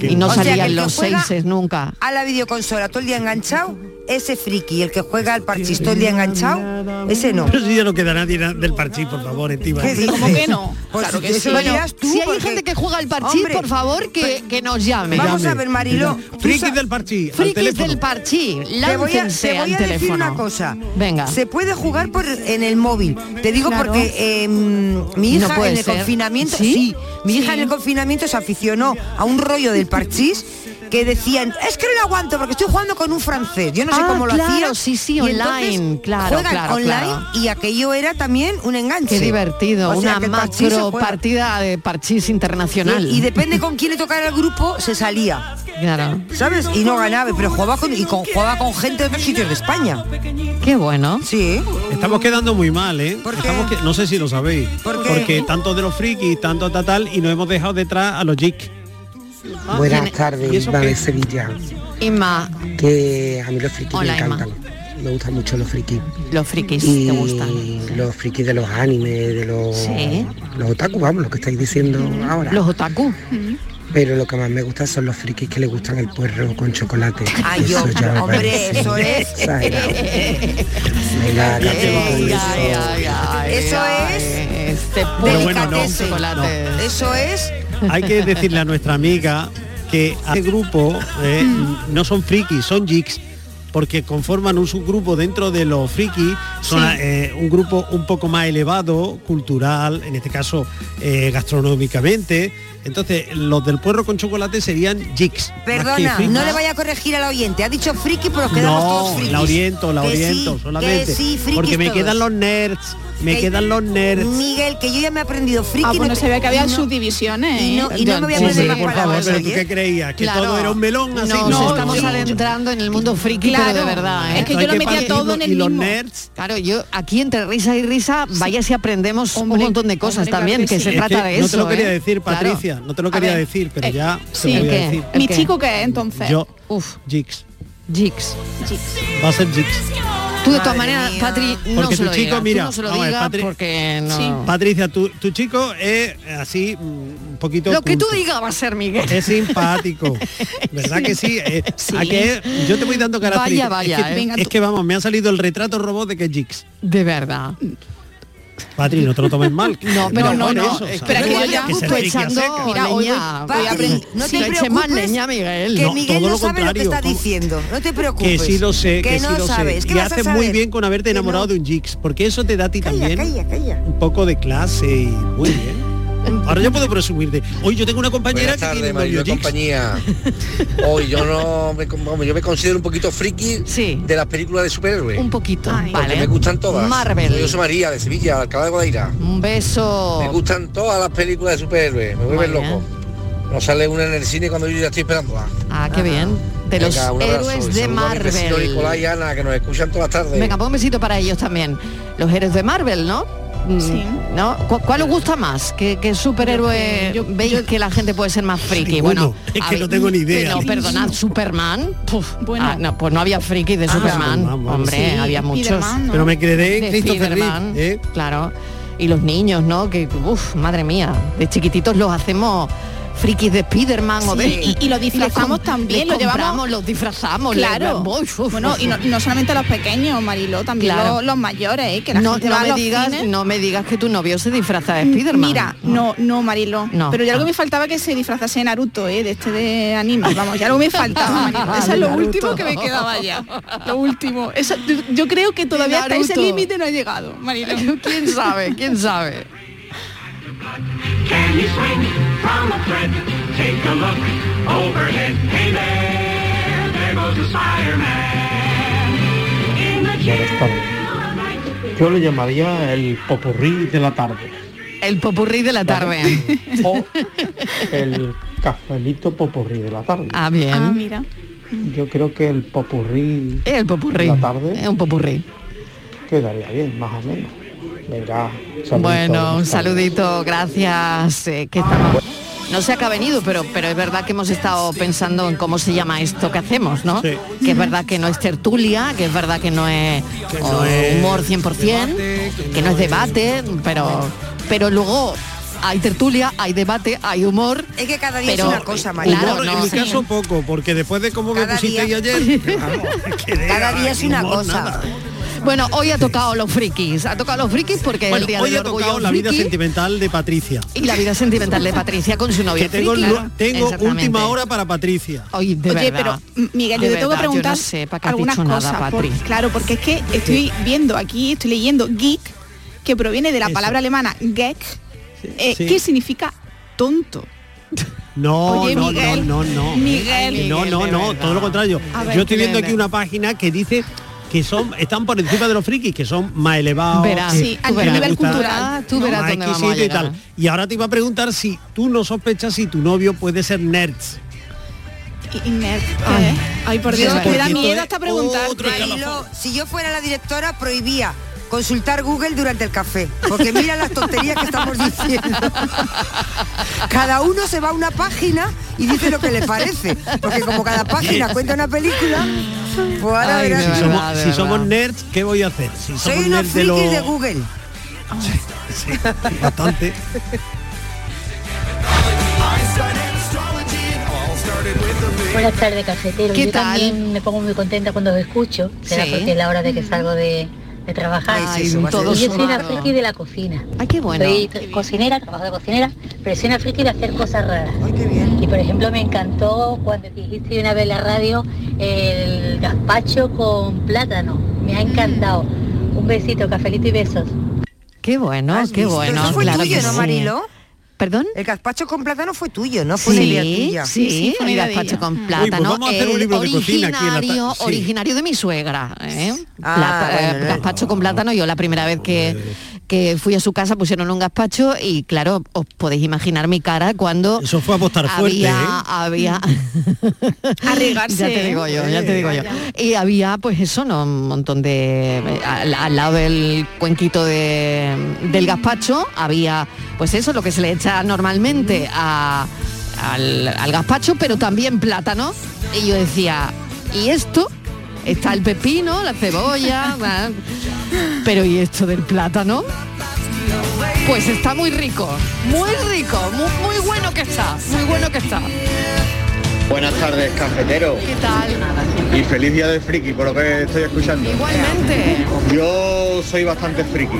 y, y O no sea, que salían el que los juega- seises nunca. A la videoconsola todo el día enganchado, ese friki. El que juega al parchís todo el día enganchado, ese no. Pero si ya no queda nadie na- del parchís, por favor, encima. ¿Qué dices? ¿Cómo que no? Pues Claro que eso sí. lo Bueno, dirás tú, si hay porque- gente que juega al parchís, Hombre, por favor, que, que nos llame. Vamos a ver, Mariló. tú sa- Frikis del parchís, al Frikis teléfono. del parchí, Te voy a, láncense te voy al a decir teléfono. una cosa. Venga. Se puede jugar por en el móvil. Te digo Claro. porque eh, mm, mi hija No puede en el ser. confinamiento, ¿Sí? ¿Sí? mi hija Sí. en el confinamiento se aficionó a un rollo del parchís que decían, es que no lo aguanto porque estoy jugando con un francés. Yo no sé Ah, cómo lo claro, hacía. sí, sí, Y online, entonces claro, juegan claro, online claro. y aquello era también un enganche. Qué divertido, O sea, una que el parchís se macro juega. partida de parchís internacional. Y, y depende con quién le tocara el grupo, se salía. Claro. ¿Sabes? Y no ganaba, pero jugaba con, y con- jugaba con gente de otros sitios de España. Qué bueno. Sí. Estamos quedando muy mal, ¿eh? Estamos que- no sé si lo sabéis. Porque tanto de los frikis, tanto tal, tal, y nos hemos dejado detrás a los jic. Buenas ¿Quién- tardes, y eso Isma qué? de Sevilla. Inma, Que a mí los frikis Hola, me encantan. Me gustan mucho los frikis. Los frikis y te gustan. Los frikis de los animes, de los, Sí. los otaku, vamos, lo que estáis diciendo ahora. Los otaku. Pero lo que más me gusta son los frikis que le gustan el puerro con chocolate. Ay, yo, me hombre, parece eso ¿eh? es. exagerado. Venga, Venga, acabemos con venga, eso. venga, Eso venga, Este Pero puerro bueno, no, con chocolate. Eso es. Hay que decirle a nuestra amiga que a este grupo eh, no son frikis, son jigs, porque conforman un subgrupo dentro de los frikis, son Sí. eh, un grupo un poco más elevado, cultural, en este caso eh, gastronómicamente. Entonces, los del puerro con chocolate serían jigs. más <laughs> que Perdona, frikis. no le vaya a corregir al oyente. Ha dicho friki, pero nos quedamos todos No, frikis. la oriento, la Que oriento sí, solamente. que sí, frikis porque me todos. quedan los nerds, me Que- quedan los nerds. Miguel, que yo ya me he aprendido friki. Ah, pues no sabía que había y no- subdivisiones. y no- y no me voy a Sí, aprender pero más por favor, palabras. ¿eh? pero tú oye. qué creías, que Claro. todo era un melón así. Nos No, estamos no. adentrando en el mundo friki, pero Claro. de verdad. ¿eh? Es que yo Hay lo que metía partirlo, todo en el y los mismo. nerds. Claro, yo aquí entre risa y risa, vaya si aprendemos un montón de cosas Hombre, claro también, que, pues sí. se Es trata que de No eso. te lo quería ¿eh? decir, Claro. Patricia, no te lo quería ver, decir, pero eh, ya sí. se lo ¿El voy a qué? decir. ¿El ¿Mi qué? chico qué es entonces? Yo, Jix. Jigs. Va a ser Jix. Tú de todas maneras, Patri, Eh, no Porque se tu lo digas. chico, Tú mira, no se lo vamos a ver, digas Patri- porque no. Sí. Patricia, tu, tu chico es así mm, un poquito. Lo que tú culto. digas va a ser Miguel. Es simpático. ¿Verdad que sí? Eh, Sí. ¿a que es? yo te voy dando características. Vaya, es vaya, que, eh. Venga, es tú. que, vamos, me ha salido el retrato robot de que es Jix. <laughs> De verdad. Patri, no te lo tomes mal. <laughs> No, pero no, bueno, no, eso, ¿sabes? espera que yo ya se estoy dedique a echando secas. Mira, hoy leña. voy- voy a Patri, aprender- no Sí, te le eche preocupes, más leña, Miguel. que No, Miguel todo no lo sabe lo que contrario. está ¿Cómo? diciendo. No te preocupes. Que sí lo sé, que, sí no lo sabes. sé. ¿Qué y vas a haces saber? muy bien con haberte enamorado de un Jix, porque eso te da a ti también Calla, calla. un poco de clase y muy bien. Ahora yo puedo presumir de, hoy yo tengo una compañera Buenas que tiene tardes, un Marilo novio y Jix. compañía. Hoy yo no me, vamos, yo me considero un poquito friki de las películas de superhéroes. Un poquito, porque vale. me gustan todas. Marvel. Yo soy María de Sevilla, Alcalá de Guadaira. Un beso. Me gustan todas las películas de superhéroes, me vuelven Muy loco. No sale una en el cine cuando yo ya estoy esperando. Ah, qué bien. De los Venga, un abrazo y héroes de saludo a mis vecinos Marvel. Nicolás y Ana, que nos escuchan todas las tardes. Venga, pues pon un besito para ellos también. Los héroes de Marvel, ¿no? Mm, Sí. ¿No? ¿Cu- ¿Cuál os gusta más? ¿Qué, qué superhéroe veis que la gente puede ser más friki? Bueno, es a que ver, no tengo ni idea. Pero perdonad, Superman. Puf, ah, no, pues no había friki de Ah, Superman. Superman, vale. Hombre, Sí, había Spiderman, muchos. ¿no? Pero me quedé en De Christopher Reeve, Spiderman, Claro. Y los niños, ¿no? Que, uff, madre mía, de chiquititos los hacemos frikis de Spiderman o Sí, de... y- y lo les disfrazamos com- también, les lo llevamos- compramos, los disfrazamos. les- Claro. Uf, uf, bueno, y no, uf. y no solamente los pequeños, Mariló, también Claro. los, los mayores, ¿eh? que la no, gente no va a me los digas, cines. no me digas que tu novio se disfraza de Spiderman. Mira, no, no, Mariló. No. Ah. Pero ya algo me faltaba que se disfrazase de Naruto, ¿eh? de este de anime. Vamos, ya algo me faltaba, <laughs> Mariló. Eso es lo Naruto. último que me quedaba ya. Lo último. Eso- yo, yo creo que todavía hasta ese Naruto. límite no ha llegado, Mariló. <laughs> Ah, ¿Quién sabe? ¿Quién sabe? Can you swing from a thread? Take a look overhead. Hey there, there goes the Spider-Man. In the Buenas tardes. Yo le llamaría el popurrí de la tarde. El popurrí de la tarde. <laughs> <laughs> O el cafelito popurrí de la tarde. Ah, bien. Ah, mira. Yo creo que el popurrí El popurrí. de la tarde Es un popurrí. quedaría bien, más o menos. Venga, saludos, Bueno, un buenas tardes. saludito, gracias. eh, que estamos- No sé a qué ha venido, pero, pero es verdad que hemos estado pensando en cómo se llama esto que hacemos, ¿no? Que es verdad que no es tertulia, que es verdad que no es no oh, es humor 100%, que no es debate, pero, pero luego hay tertulia, hay debate, hay humor. Es que cada día pero, es una cosa, Mariló. Claro, Humor, no, en mi sí. caso poco, porque después de cómo me Cada pusiste día. <laughs> ayer, cada día es una cosa. Bueno, hoy ha tocado los frikis, ha tocado los frikis porque es Bueno, el día hoy del ha orgullo tocado la vida friki sentimental de Patricia. y la vida sentimental de Patricia con su novio. Que tengo, friki. lu- Claro, tengo exactamente. última hora para Patricia. Oye, de Oye, verdad. pero M- Miguel, De yo te tengo que verdad, yo no preguntar sé para qué has algunas dicho nada, cosas. por- Patri. claro, porque es que estoy viendo aquí, estoy leyendo geek, que proviene de la Eso. palabra alemana geek, eh, sí. que significa tonto. No, Oye, no, Miguel. no, no, no. Miguel. Que no, no, Miguel, de no, verdad. todo lo contrario. A ver, Yo estoy viendo Miguel. aquí una página que dice que son están por encima de los frikis, que son más elevados. Verás, que- sí, que a nivel les gusta cultural, tú verás más dónde vamos a exquisito y llegar. ¿eh? tal. Y ahora te iba a preguntar si tú no sospechas si tu novio puede ser nerd. Y, y nerd, ¿qué es? Ay, por Dios, Porque me da esto es miedo hasta preguntar. otro escalafón. Mariló, si yo fuera la directora, prohibía consultar Google durante el café. Porque mira las tonterías que estamos diciendo. Cada uno se va a una página y dice lo que le parece. Porque como cada página cuenta una película, pues ahora Ay, verás. si, somos, si somos nerds, ¿qué voy a hacer? Si somos Soy una nerds friki los- de Google. Sí, bastante. Buenas tardes, cafetero. ¿Qué Yo tal? también me pongo muy contenta cuando os escucho, será Sí. Mm. porque es la hora de que salgo de, de trabajar. Ay, sí, eso va a ser todo y yo soy una sumado. friki de la cocina. Ay, qué bueno. Soy cocinera, trabajo de cocinera, pero soy una friki de hacer cosas raras. Y por ejemplo me encantó cuando dijiste una vez en la radio el gazpacho con plátano. Me ha Mm. encantado. Un besito, cafelito y besos. Qué bueno, qué bueno. Eso fue claro tuyo, que ¿no, sí. Marilo? ¿Perdón? El gazpacho con plátano fue tuyo, ¿no? Fue una Sí, idea tuya. sí, Sí, fue una el idea de gazpacho ella. con Uy, pues plátano, vamos a hacer un el libro de cocina aquí en la ta- originario- sí. originario de mi suegra. ¿eh? Ah, Plata- eh, bueno, no. gazpacho con plátano. Yo la primera vez que, que fui a su casa pusieron un gazpacho y claro, os podéis imaginar mi cara cuando Eso fue apostar fuerte, había, ¿eh? había Arriesgarse, ya te ¿eh? digo yo, ya te digo yo. Y había pues eso, no un montón de al, al lado del cuenquito de, del gazpacho había pues eso lo que se le echa normalmente a- al, al gazpacho, pero también plátano. Y yo decía, ¿y esto? Está el pepino, la <laughs> cebolla, va. pero ¿y esto del plátano? Pues está muy rico, muy rico, mu- muy, bueno que está, muy bueno que está. Buenas tardes, cafetero. ¿Qué tal? Y feliz día del friki, por lo que estoy escuchando. Igualmente. Yo soy bastante friki,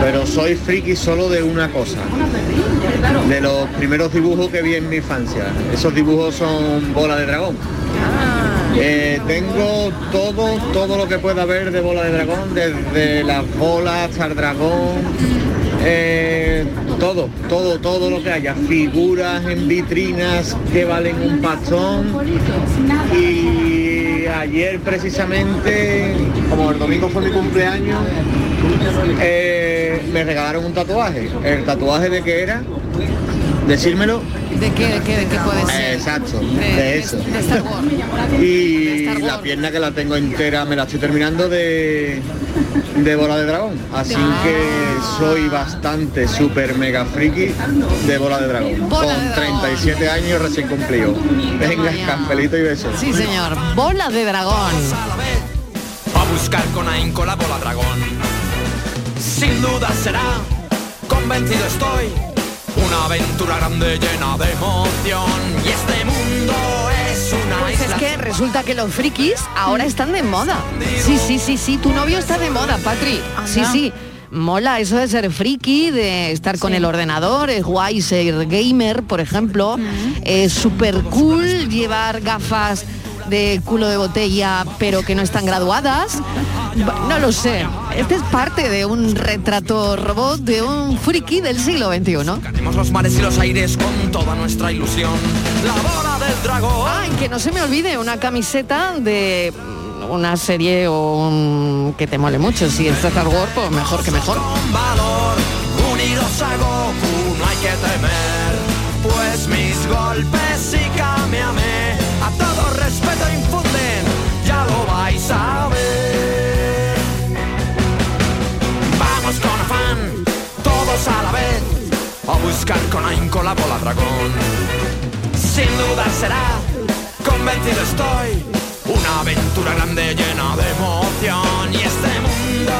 pero soy friki solo de una cosa. De los primeros dibujos que vi en mi infancia. Esos dibujos son bola de dragón. Eh, tengo todo, todo lo que pueda haber de bola de dragón, desde las bolas hasta el dragón, eh, todo, todo, todo lo que haya. Figuras en vitrinas que valen un pastón. Y ayer precisamente, como el domingo fue mi cumpleaños, eh, me regalaron un tatuaje. El tatuaje de que era, decírmelo. ¿De qué, de qué, de qué puede ser? Exacto, de eso. Y la pierna que la tengo entera me la estoy terminando de, de bola de dragón. Así Ah. que soy bastante super mega friki de bola de dragón. Con 37 años recién cumplido. Venga, cafelito y besos. Sí, señor. Bola de dragón. Va a buscar con ahínco la bola dragón. Sin duda será, convencido estoy, una aventura grande llena de emoción. Y este mundo es una Pues es isla. que resulta que los frikis ahora están de moda. Sí, sí, sí, sí. Tu novio está de moda, Patri. Sí, sí. Mola eso de ser friki, de estar con el ordenador, es guay ser gamer, por ejemplo. Es súper cool llevar gafas de culo de botella, pero que no están graduadas. Ba- No lo sé. Este es parte de un retrato robot de un friki del siglo XXI. Tenemos los mares y los aires con toda nuestra ilusión. La bola del dragón. Ay, que no se me olvide una camiseta de mm, una serie o un- que te mole mucho. Si es Star Wars, pues mejor que mejor. valor, unidos a Goku no hay que temer, pues mis golpes y cámbiame, a todo respeto infunden, ya lo vais a ver. Vamos con afán, todos a la vez, a buscar con ahínco la bola dragón. Sin duda será, convencido estoy, una aventura grande llena de emoción. Y este mundo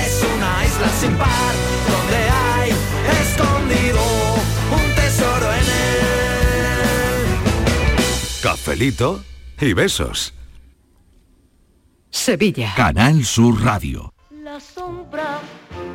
es una isla sin par, donde hay escondido un tesoro en él. Cafelito y besos. Sevilla. Canal Sur Radio. La sombra,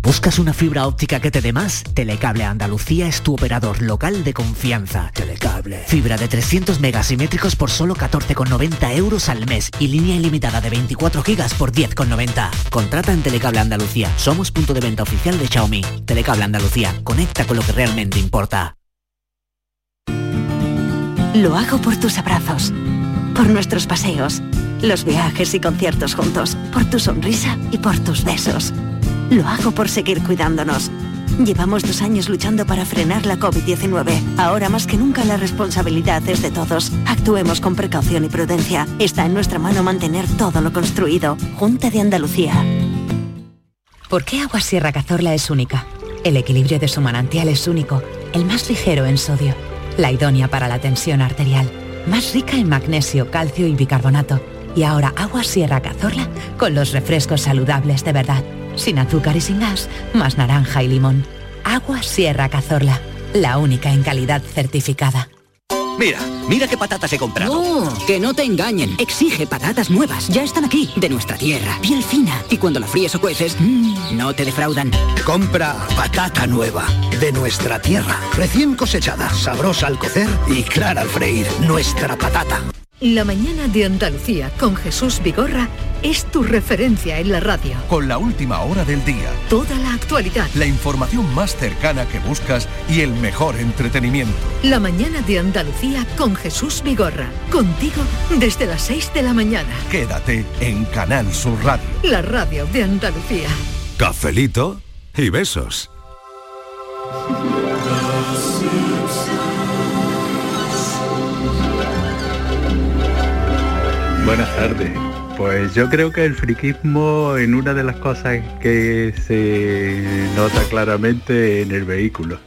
¿Buscas una fibra óptica que te dé más? Telecable Andalucía es tu operador local de confianza. Telecable. Fibra de 300 megasimétricos por solo 14,90 euros al mes y línea ilimitada de 24 gigas por 10,90. Contrata en Telecable Andalucía. Somos punto de venta oficial de Xiaomi. Telecable Andalucía. Conecta con lo que realmente importa. Lo hago por tus abrazos, por nuestros paseos, los viajes y conciertos juntos, por tu sonrisa y por tus besos. Lo hago por seguir cuidándonos. Llevamos dos años luchando para frenar la COVID-19. Ahora más que nunca la responsabilidad es de todos. Actuemos con precaución y prudencia. Está en nuestra mano mantener todo lo construido. Junta de Andalucía. ¿Por qué Agua Sierra Cazorla es única? El equilibrio de su manantial es único, el más ligero en sodio, la idónea para la tensión arterial, más rica en magnesio, calcio y bicarbonato. Y ahora Agua Sierra Cazorla con los refrescos saludables de verdad, sin azúcar y sin gas, más naranja y limón. Agua Sierra Cazorla, la única en calidad certificada. Mira, mira qué patatas he comprado. No, que no te engañen. Exige patatas nuevas. Ya están aquí, de nuestra tierra. Piel fina. Y cuando la fríes o cueces, mmm, no te defraudan. Compra patata nueva de nuestra tierra, recién cosechada, sabrosa al cocer y clara al freír. Nuestra patata. La mañana de Andalucía con Jesús Vigorra es tu referencia en la radio. Con la última hora del día. Toda la actualidad. La información más cercana que buscas y el mejor entretenimiento. La mañana de Andalucía con Jesús Vigorra. Contigo desde las 6 de la mañana. Quédate en Canal Sur Radio. La radio de Andalucía. Cafelito y besos. Buenas tardes. Pues yo creo que el friquismo en una de las cosas que se nota claramente en el vehículo.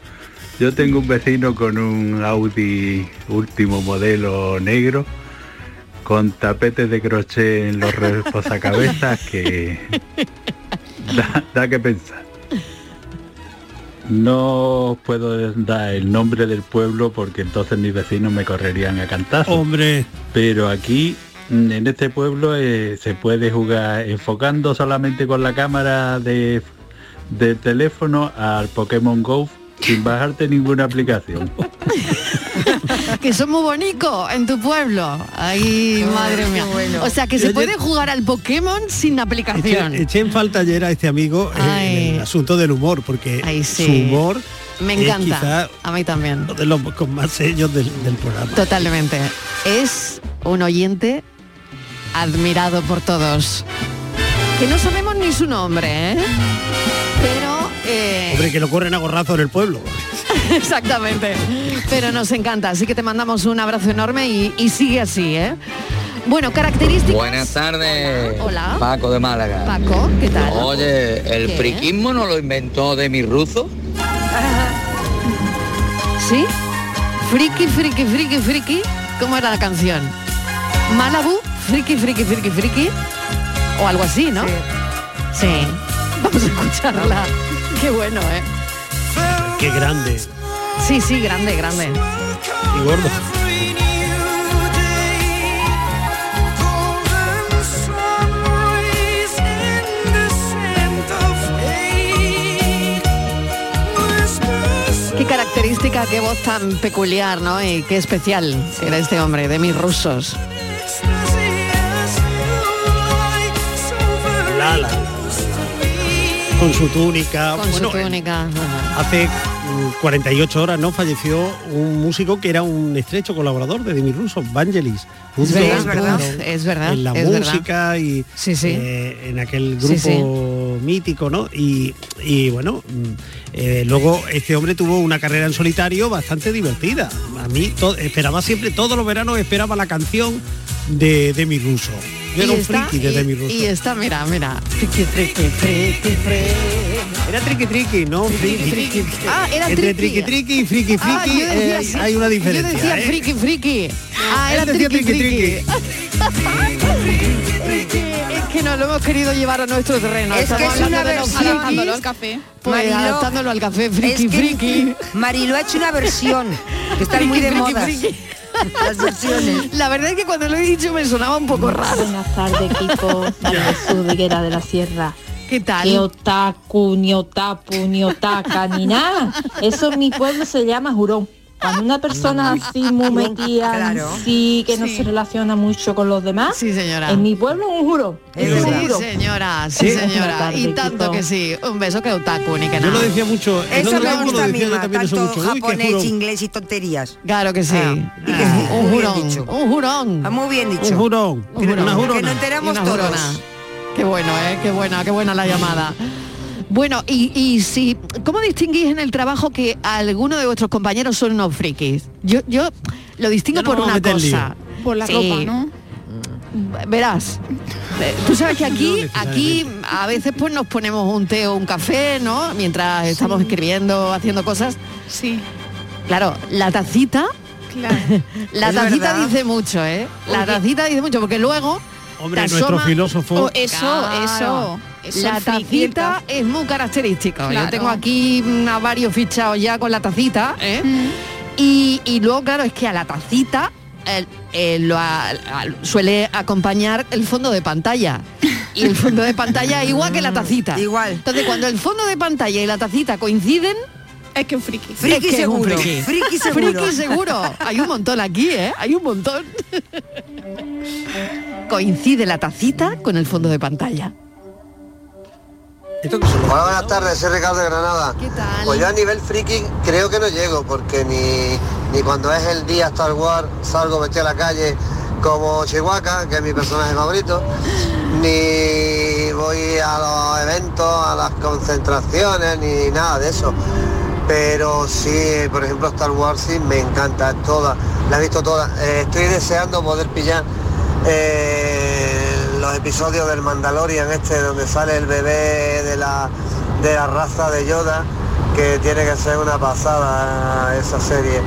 Yo tengo un vecino con un Audi último modelo negro con tapetes de crochet en los <laughs> reposacabezas que da, da que pensar. No puedo dar el nombre del pueblo porque entonces mis vecinos me correrían a cantar. Hombre. Pero aquí, mm, en este pueblo, eh, se puede jugar enfocando solamente con la cámara de, de teléfono al Pokémon Go sin bajarte ninguna aplicación. <laughs> que son muy bonico en tu pueblo. Ay, madre mía. O sea, que Yo se ayer- puede jugar al Pokémon sin aplicación. Eché, eché en falta ayer a este amigo eh, en el asunto del humor, porque sí. su humor Me es encanta. quizá A mí también. uno de los con más sellos del, del programa. Totalmente. Es un oyente admirado por todos. Que no sabemos ni su nombre, ¿eh? Pero... eh, Hombre, que lo corren a gorrazo en el pueblo. <laughs> Exactamente. Pero nos encanta, así que te mandamos un abrazo enorme y, y sigue así, ¿eh? Bueno, características. Buenas tardes. Hola. Paco de Málaga. Paco, ¿qué tal? Oye, el ¿Qué? friquismo no lo inventó de mi ruso. ¿Sí? Friki, friki, friki, friki. ¿Cómo era la canción? Malabu, friki, friki, friki, friki. O algo así, ¿no? Sí. Vamos a escucharla. Qué bueno, ¿eh? Qué grande Sí, sí, grande, grande. y gordo. Qué característica, qué voz tan peculiar, ¿no? Y qué especial era este hombre, de mis rusos. Lala. Con su túnica. Con su Ah, Bueno, eh, túnica. Hace mm, 48 horas no falleció un músico que era un estrecho colaborador de Dimi Russo, Vangelis. Es Juntos verdad, es tocaron verdad, es verdad. En la es verdad. música y eh, en aquel grupo Sí, sí. mítico, ¿no? Y, y bueno, mm, eh, luego este hombre tuvo una carrera en solitario bastante divertida. A mí to- esperaba siempre, todos los veranos esperaba la canción de Demi Russo. Yo era Y un está- friki de y- Demi Russo. Y está, mira, mira. Friki, friki, friki, friki. Era triqui triqui, ¿no? Friki. Ah, era Entre triqui. triqui triqui y friki Ah, friki yo decía eh, sí. hay una diferencia. Yo decía ¿eh? friki, friki. Ah, Él era decía triqui, triqui. triqui, <laughs> Es que no lo hemos querido llevar a nuestro terreno. Es Estamos que es hablando una de los versión. frikis. Adaptándolo al café. Pues Mariló, adaptándolo al café, friki, es que friki. Mariló ha hecho una versión, que están Friki, muy de friki, moda. friki. Las versiones. La verdad es que cuando lo he dicho me sonaba un poco raro. Buenas tardes, Kiko, de Jesús de Higuera de la Sierra. ¿Qué tal? Ni otaku, ni otapu, ni otaka, ni nada. Eso en mi pueblo se llama jurón. Cuando una persona así muy metida, claro. sí, que no se relaciona mucho con los demás, en mi pueblo es un jurón. Es un Sí, jurón. señora, sí, Sí. señora. Y Buenas tardes, tanto Kiko. que sí. Un beso que otaku, ni que Yo nada. lo decía mucho. en Eso otro me tiempo lo gusta a mí decía yo más, también eso tanto mucho. Uy, qué japonés, jurón. inglés y tonterías. Claro que sí. y que Ah, sí, un muy bien jurón, dicho. Ah, un jurón. muy bien dicho. Un jurón, Un jurón. una jurona. Que nos enteramos Y una jurona. todos. Qué bueno, ¿eh? Qué buena, qué buena la llamada. Bueno, y, y si, ¿cómo distinguís en el trabajo que alguno de vuestros compañeros son unos frikis? Yo, yo lo distingo Ya no por vamos a una meter lío. cosa. Por la ropa, ¿no? Verás, eh, tú <laughs> sabes que aquí, aquí a veces pues nos ponemos un té o un café, ¿no? Mientras estamos escribiendo, haciendo cosas. Sí. Claro, la tacita, la Es tacita verdad. dice mucho, ¿eh? La Oye. tacita dice mucho, porque luego Hombre, te nuestro asoma- filósofo- Oh, eso, eso, eso, la el friki, el tacita es muy característica. Yo Claro. tengo aquí mm, a varios fichados ya con la tacita, ¿eh? y, y luego, claro, es que a la tacita eh, eh, lo a- a- suele acompañar el fondo <laughs> de pantalla. Y el Ah. fondo de pantalla es igual que la tacita. Igual. Entonces, cuando el fondo de pantalla y la tacita coinciden, Es que un friki. Es que es un Friki. Friki seguro. Friki seguro. Hay un montón aquí, ¿eh? Hay un montón. Coincide la tacita con el fondo de pantalla. Hola, buenas tardes, soy Ricardo de Granada. Pues yo a nivel friki creo que no llego, porque ni, ni cuando es el día Star Wars salgo metido a la calle como Chihuahua, que es mi personaje favorito, ni voy a los eventos, a las concentraciones, ni nada de eso. Pero sí, por ejemplo, Star Wars sí me encanta toda, la he visto toda. Eh, estoy deseando poder pillar eh, los episodios del Mandalorian este donde sale el bebé de la, de la raza de Yoda que tiene que ser una pasada esa serie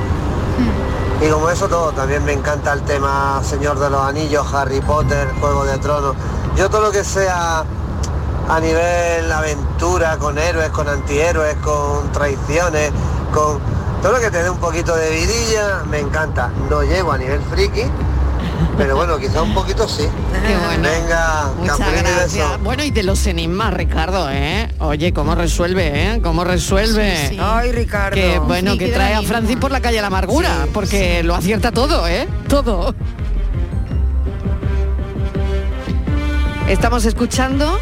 y como eso todo también me encanta el tema Señor de los Anillos Harry Potter Juego de Tronos yo todo lo que sea a nivel aventura con héroes con antihéroes con traiciones con todo lo que te dé un poquito de vidilla me encanta no llego a nivel friki pero bueno, quizá un poquito sí. Venga, Muchas cafelito y besos. gracias. Bueno, y de los enigmas, Ricardo, ¿eh? Oye, ¿cómo resuelve, eh? ¿Cómo resuelve? Sí, sí. Ay, Ricardo. Que, bueno, Sí, que qué trae a enigma. Francis por la calle a la amargura, porque lo acierta todo, ¿eh? Todo. Estamos escuchando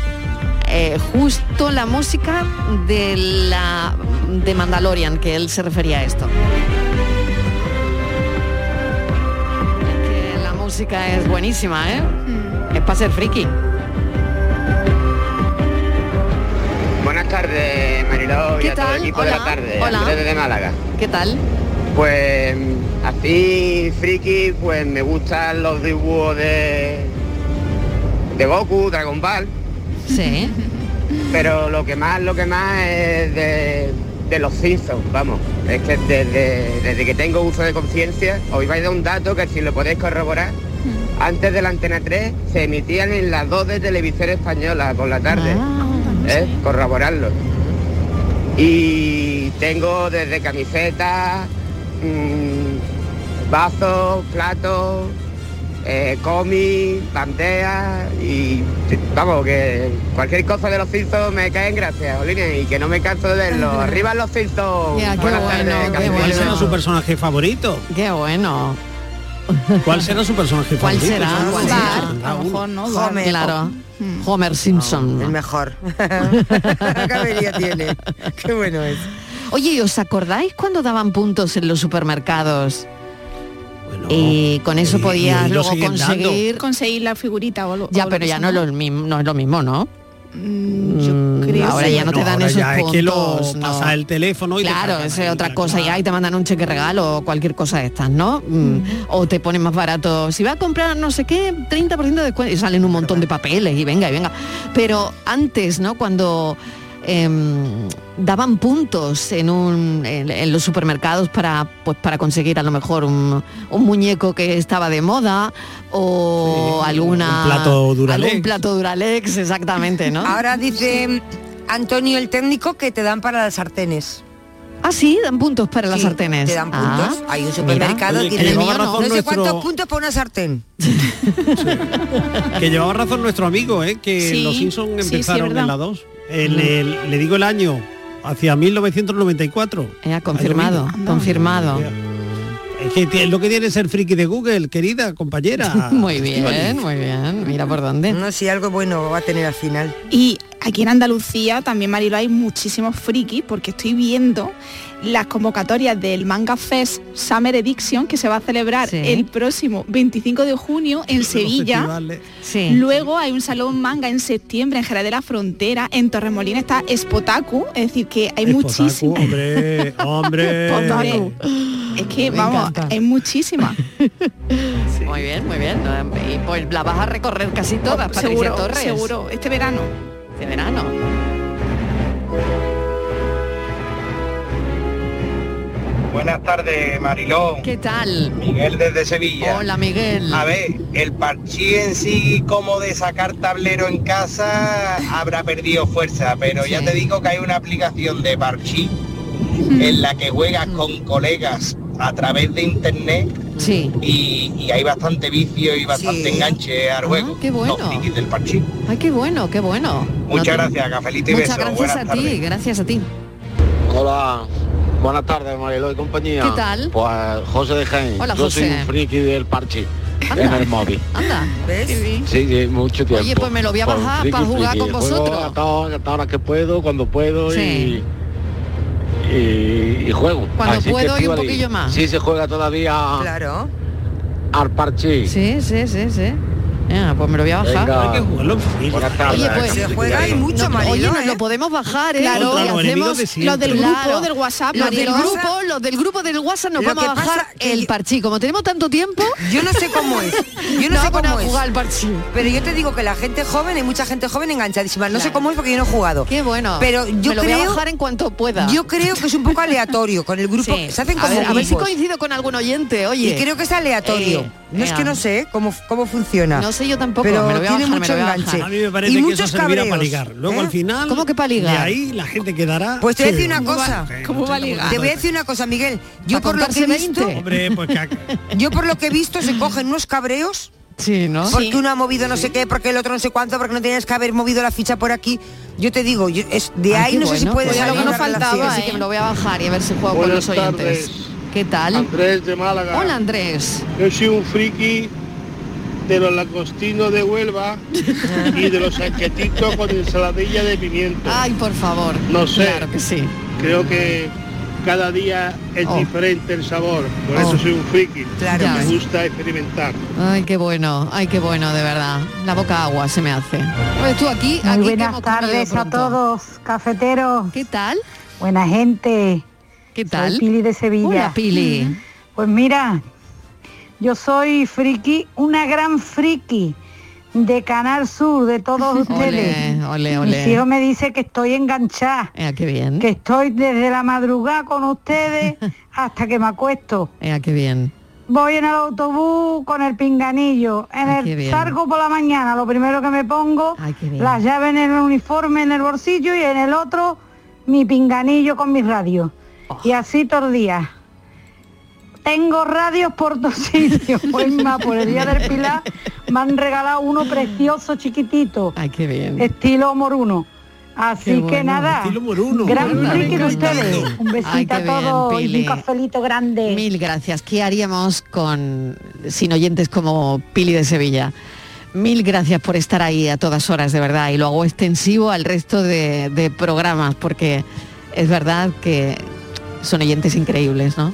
eh, justo la música de la de Mandalorian, que él se refería a esto. Es que La música es buenísima, ¿eh? Mm. Es para ser friki. Buenas tardes, Mariló y ¿Qué a todo tal? el equipo de la Hola, tarde. hola. Andrés desde Málaga. ¿Qué tal? Pues mm, así friki, pues me gustan los dibujos de de Goku, Dragon Ball. Sí. Pero lo que más, lo que más es de, de los Simpsons, vamos. Es que desde, desde que tengo uso de conciencia, os vais a dar un dato que si lo podéis corroborar, antes de la antena 3 se emitían en las dos de televisión española por la tarde. Ah, ¿eh? Corroborarlo. Y tengo desde camisetas, mm, vasos, platos, eh, cómics, banderas y t- vamos, que cualquier cosa de los Simpsons me caen gracias, Jolines, y que no me canso de verlos. ¡Arriba los Simpsons! Ya, qué Buenas tardes, bueno, qué Cafelito. Eh, ¿Cuál será su personaje favorito? Qué bueno. ¿Cuál será su personaje ¿Cuál favorito? será? Eso no ¿Cuál lo sé. será? Tendrá uno. Homer. Hmm. Claro. Homer Simpson. El mejor. tiene. Qué bueno es. <laughs> Oye, ¿y ¿os acordáis cuando daban puntos en los supermercados? y con eso podías luego conseguir... conseguir la figurita o algo. Ya, pero ya no, es lo mismo, no es lo mismo, ¿no? Mm, creo ahora que ya no te no, dan Ahora esos ya es puntos. que lo no. pasa el teléfono y te claro, sacan esa es otra cosa. Y ahí te mandan un cheque regalo o cualquier cosa de estas, ¿no? Mm, O te ponen más barato. Si va a comprar no sé qué, 30% de descuento. Y salen un montón de papeles y venga, y venga. Pero antes, ¿no? Cuando em, daban puntos en, un, en, en los supermercados para, pues, para conseguir a lo mejor un, un muñeco que estaba de moda o alguna... un plato Duralex. Algún plato Duralex, exactamente, ¿no? Ahora dice Antonio el técnico que te dan para las sartenes. Ah, sí, dan puntos para las sartenes. Te dan Ah, puntos. Hay un mira. supermercado Oye, que que tiene llevaba no, razón sé cuántos nuestro- puntos para una sartén. Que llevaba razón nuestro amigo, ¿eh? que Sí, los sí, Simpson sí, empezaron verdad. en la 2. El- el- le digo el año, hacia 1994. Ya, Eh, confirmado, confirmado. Es que tie- lo que tiene es el friki de Google, querida compañera. <laughs> Muy Estíbaliz. bien, muy bien. Mira por dónde. No sé si algo bueno va a tener al final. Y aquí en Andalucía también, Marilo, hay muchísimos frikis porque estoy viendo las convocatorias del Manga Fest Summer Edition que se va a celebrar el próximo 25 de junio en Sevilla. Sí. Luego hay un salón manga en septiembre en Jerez de la Frontera, en Torremolina está Spotaku, es decir, que hay Es potaco, muchísimos. Hombre, <laughs> hombre. Potaco. Es que, Me vamos, encanta. hay muchísimas. Muy bien, muy bien. Y pues la vas a recorrer casi todas, Patricia Oh, seguro, Torres. seguro, este verano. Este verano. Buenas tardes, Marilón. ¿Qué tal? Miguel desde Sevilla. Hola, Miguel. A ver, el parchí en sí, como de sacar tablero en casa, habrá perdido fuerza, pero ya te digo que hay una aplicación de parchí Hmm. en la que juegas con colegas a través de internet sí. y, y hay bastante vicio y bastante enganche al juego. Ah, qué bueno. Los frikis del parchí. Ay, qué bueno, qué bueno. Muchas No te- gracias, cafelito y Muchas besos. gracias Buenas a ti, tardes. gracias a ti. Hola, Buenas tardes, Marilo y compañía. ¿Qué tal? Pues José de Jaén. Hola, Yo soy José. un friki del parche en Anda. el móvil. Anda, ¿ves? Sí, sí, mucho tiempo. Oye, pues me lo voy a Por bajar friki, para jugar friki. con Juego vosotros. Hasta, ahora- hasta ahora que puedo, cuando puedo Sí. y, y, y juego. Cuando Así que puedo y un Estíbaliz, poquillo más. Sí, se juega Ah. todavía Claro. al parche. Sí, sí, sí, sí. Ya, pues me lo voy a bajar. Venga. Buenas tardes. Oye, pues Se juega y mucho, no, Mariló, Oye, nos ¿eh? lo podemos bajar, ¿eh? Claro, Y Contra los enemigos de siempre. los del grupo Claro. del WhatsApp, los Lo del que pasa- grupo, los del grupo del WhatsApp nos Lo vamos que a bajar pasa el parchí. Como tenemos tanto tiempo, Yo no sé cómo es. Yo no sé nos vamos a cómo poner a es. jugar al parchí. Pero yo te digo que la gente joven, hay mucha gente joven enganchadísima. No sé cómo es porque yo no he jugado. Qué bueno. Pero yo me lo creo, voy a bajar en cuanto pueda. yo creo que es un poco aleatorio con el grupo. Sí. Se hacen a, como ver, a ver si grupos. coincido con algún oyente, oye. Y creo que es aleatorio. Eh, no es eh, que no sé cómo, cómo funciona. No sé yo tampoco, Pero me lo voy a tiene bajar, me mucho lo voy a bajar. enganche. A mí me parece y que eso muchos servirá para cabreos, ¿eh? ligar. Luego, al final, ¿Cómo que para ligar? de ahí la gente quedará... Pues te voy a decir Sí. una cosa. pues ¿Cómo va a ligar? Te voy a decir una cosa, Miguel. Yo ¿Para por lo que he contarse visto, 20? Hombre, pues que yo por lo que he visto se cogen unos cabreos. Sí, ¿no? Porque uno ha movido no sé qué, porque el otro no sé cuánto, porque no tenías que haber movido la ficha por aquí. Yo te digo, yo- es, de Ay, ahí qué no ¿eh? sé si bueno, puede pues ya salir lo que una nos faltaba, ¿eh? relación. así que me lo voy a bajar y a ver si juego con Buenas los oyentes. tardes. ¿Qué tal? Andrés de Málaga. Hola Andrés. Yo soy un friki de los langostinos de Huelva y de los sanquetitos con ensaladilla de pimiento. Ay, por favor. No sé. Claro que sí. Creo que cada día es diferente el sabor. Por eso soy un friki. Oh. Claro. Ya. Me gusta experimentar. Ay, qué bueno, ay, qué bueno, de verdad. La boca agua se me hace. Pues tú aquí, Muy aquí que buenas hemos comido tardes a pronto. todos, cafeteros. ¿Qué tal? Buena gente. ¿Qué tal? Soy Pili de Sevilla. Hola, Pili. Pues mira, yo soy friki, una gran friki de Canal Sur, de todos ustedes. <laughs> Ole, ole, Mis ole. hijos me dicen que estoy enganchada. Ea, qué bien. Que estoy desde la madrugada con <laughs> ustedes hasta que me acuesto. Ea, qué bien. Voy en el autobús con el pinganillo, en Ay, qué el bien. sarco por la mañana, lo primero que me pongo, qué bien. las llaves en el uniforme, en el bolsillo y en el otro mi pinganillo con mis radios. Oh. Y así todos los días. Tengo radios por dos <laughs> sitios. Pues más, por el día del Pilar me han regalado uno precioso, chiquitito. Ay, qué bien. Estilo moruno. Así Qué que bueno. nada. Estilo moruno. Gran Anda, me friki de encanta. ustedes. Un Ay, besito qué a todos bien, y Pili. un cafelito grande. Mil gracias. ¿Qué haríamos con sin oyentes como Pili de Sevilla? Mil gracias por estar ahí a todas horas, de verdad. Y lo hago extensivo al resto de, de programas, porque es verdad que son oyentes increíbles, ¿no?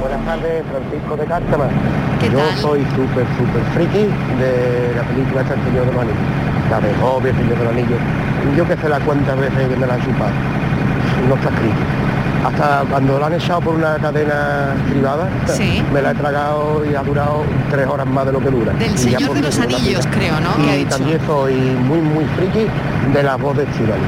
Buenas tardes, Francisco de Cártama. Yo soy súper, súper friki de la película esta El Señor de los Anillos. La de Hobbit, El Señor de los Anillos. Yo que sé la cuántas veces que me la han chupado. No está escrito. Hasta cuando la han echado por una cadena privada, <laughs> me la he tragado y ha durado tres horas más de lo que dura. Del Y ya Señor por de los fin es una Anillos, pena. creo, ¿no? Que ha Y dicho. también soy muy, muy friki de la voz de Estivali.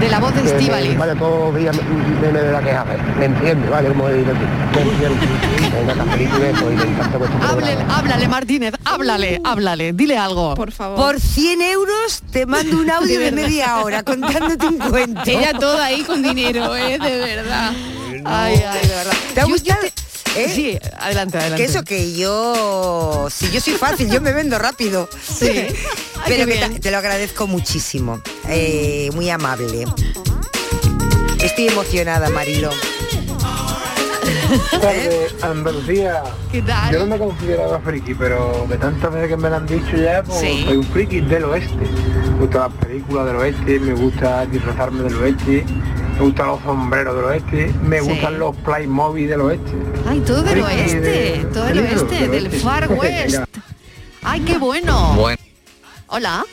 De la voz de Estíbaliz. Vale, todos los días me, me- me da que hacer. Me entiende, vale, como he <laughs> dicho aquí. Me entiende. Venga, cafelito y besos, y me encanta vuestro programa. Háblale, Martínez, háblale, háblale, dile algo. Uh. Por favor. Por 100 euros te mando un audio <laughs> de, media hora contándote un cuento. Ella toda ahí con dinero, ¿eh? De verdad. Ay, ay, de verdad. ¿Te ha gustado? ¿Eh? Sí, adelante, adelante. Que eso que yo, si yo soy fácil, yo me vendo rápido. <laughs> Sí. Ay, Pero que ta- te lo agradezco muchísimo. Eh, muy amable. Estoy emocionada, Marilo. ¿Eh? Tarde, Andalucía. ¿Qué tal? Yo no me consideraba friki, pero de tantas veces que me lo han dicho ya, pues Sí. soy un friki del oeste. Me gustan las películas del oeste, me gusta disfrazarme del oeste, me gustan los sombreros del oeste, me Sí. Ah, gustan los Playmobil del oeste. Ay, todo del Friki oeste, de- todo del Friki oeste, del oeste. <laughs> Far West. Venga. Ay, qué bueno. Bueno. Hola.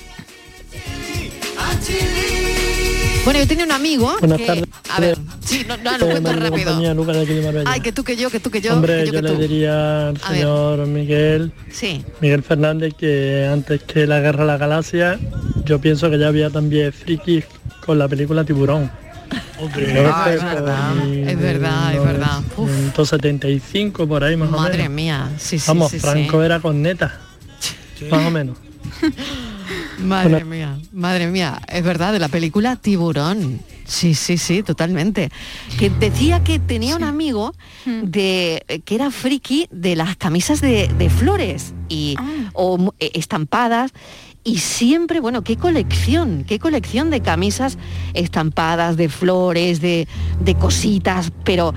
Bueno, yo tenía un amigo Buenas que- tardes. A ver, sí, no, no, lo Eh, cuento Manuel de rápido. compañía, Lucas de aquí de Marbella. Ay, que tú, que yo, que tú, que yo, Hombre, que yo, yo, que le tú. diría al A ver. señor Miguel, Sí. Miguel Fernández, que antes que la guerra de la galaxia, yo pienso que ya había también frikis con la película Tiburón. Ah, es verdad, es verdad, es verdad. 175 por ahí más o menos. Madre mía, sí, sí, Vamos, sí, sí. Franco era con neta. Más o menos. Madre Hola. mía, madre mía, es verdad, de la película Tiburón. Sí, sí, sí, totalmente. Que decía que tenía un amigo de eh, que era friki de las camisas de, de flores y o mu- eh, estampadas y siempre, bueno, qué colección, qué colección de camisas estampadas, de flores, de, de cositas, pero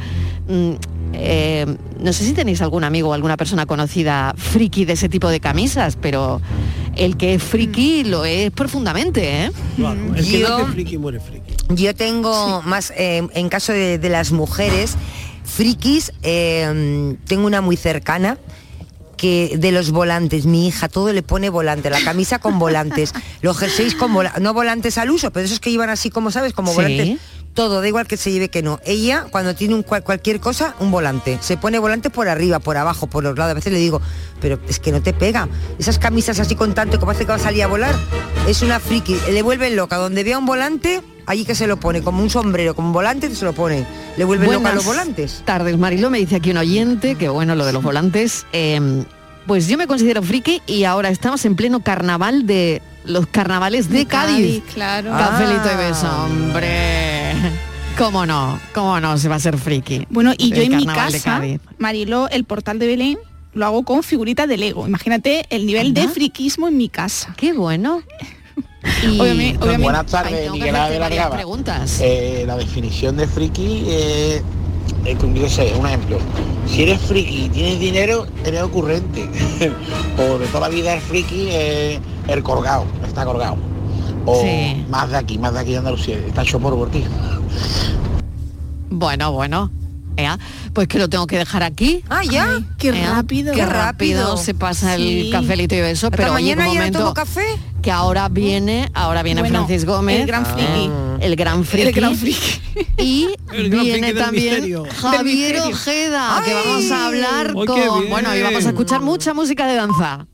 mm, eh, no sé si tenéis algún amigo o alguna persona conocida friki de ese tipo de camisas, pero el que es Mm. friki lo es profundamente, ¿eh? <laughs> El que Yo- nace friki muere friki. Yo tengo más, eh, en caso de, de las mujeres, frikis, eh, tengo una muy cercana que de los volantes, mi hija todo le pone volante, la camisa con volantes, los jerseys con volantes, no volantes al uso, pero esos que llevan así como sabes, como Sí. volantes, todo, da igual que se lleve que no. Ella cuando tiene un cual- cualquier cosa, un volante, se pone volante por arriba, por abajo, por los lados, a veces le digo, pero es que no te pega, esas camisas así con tanto como hace que va a salir a volar, es una friki, le vuelven loca, donde vea un volante, allí que se lo pone, como un sombrero, como un volante, se lo pone, le vuelven loca a los volantes. Tardes, Marilo, me dice aquí un oyente, que bueno, lo de los volantes. eh, pues yo me considero friki y ahora estamos en pleno carnaval de los carnavales de, Cádiz. claro. Ah. Cafelito y beso, hombre. <laughs> ¿Cómo no? ¿Cómo no se va a ser friki? Bueno, y yo del en mi carnaval de casa, Cádiz? Mariló, el portal de Belén lo hago con figuritas de Lego. Imagínate el nivel de friquismo en mi casa. Qué bueno. Y- Obviamente- Pues obviamente- buenas tardes, Ay, tengo que Miguel hacerte Ángel varias Argaba. preguntas. Eh, la definición de friki eh, es, es que, yo sé, un ejemplo. Si eres friki y tienes dinero, eres ocurrente. <laughs> o de toda la vida el friki es el colgado, está colgado. O más de aquí, más de aquí de Andalucía, está hecho por ti. Bueno, bueno. Ea, pues que lo tengo que dejar aquí. Ah, ya. qué rápido. Qué rápido rápido. se pasa Sí. el cafelito y beso. Hasta Pero oye, mañana, un yo no momento tomo café. que ahora viene, ahora viene Bueno, Francis Gómez. el gran friki. Ah. El gran friki. El gran Y El gran friki viene del misterio. también Del Javier misterio. Ojeda, que ¡Ay! vamos a hablar ¡Ay, qué con. Bueno, y vamos a bien! escuchar mucha música de danza.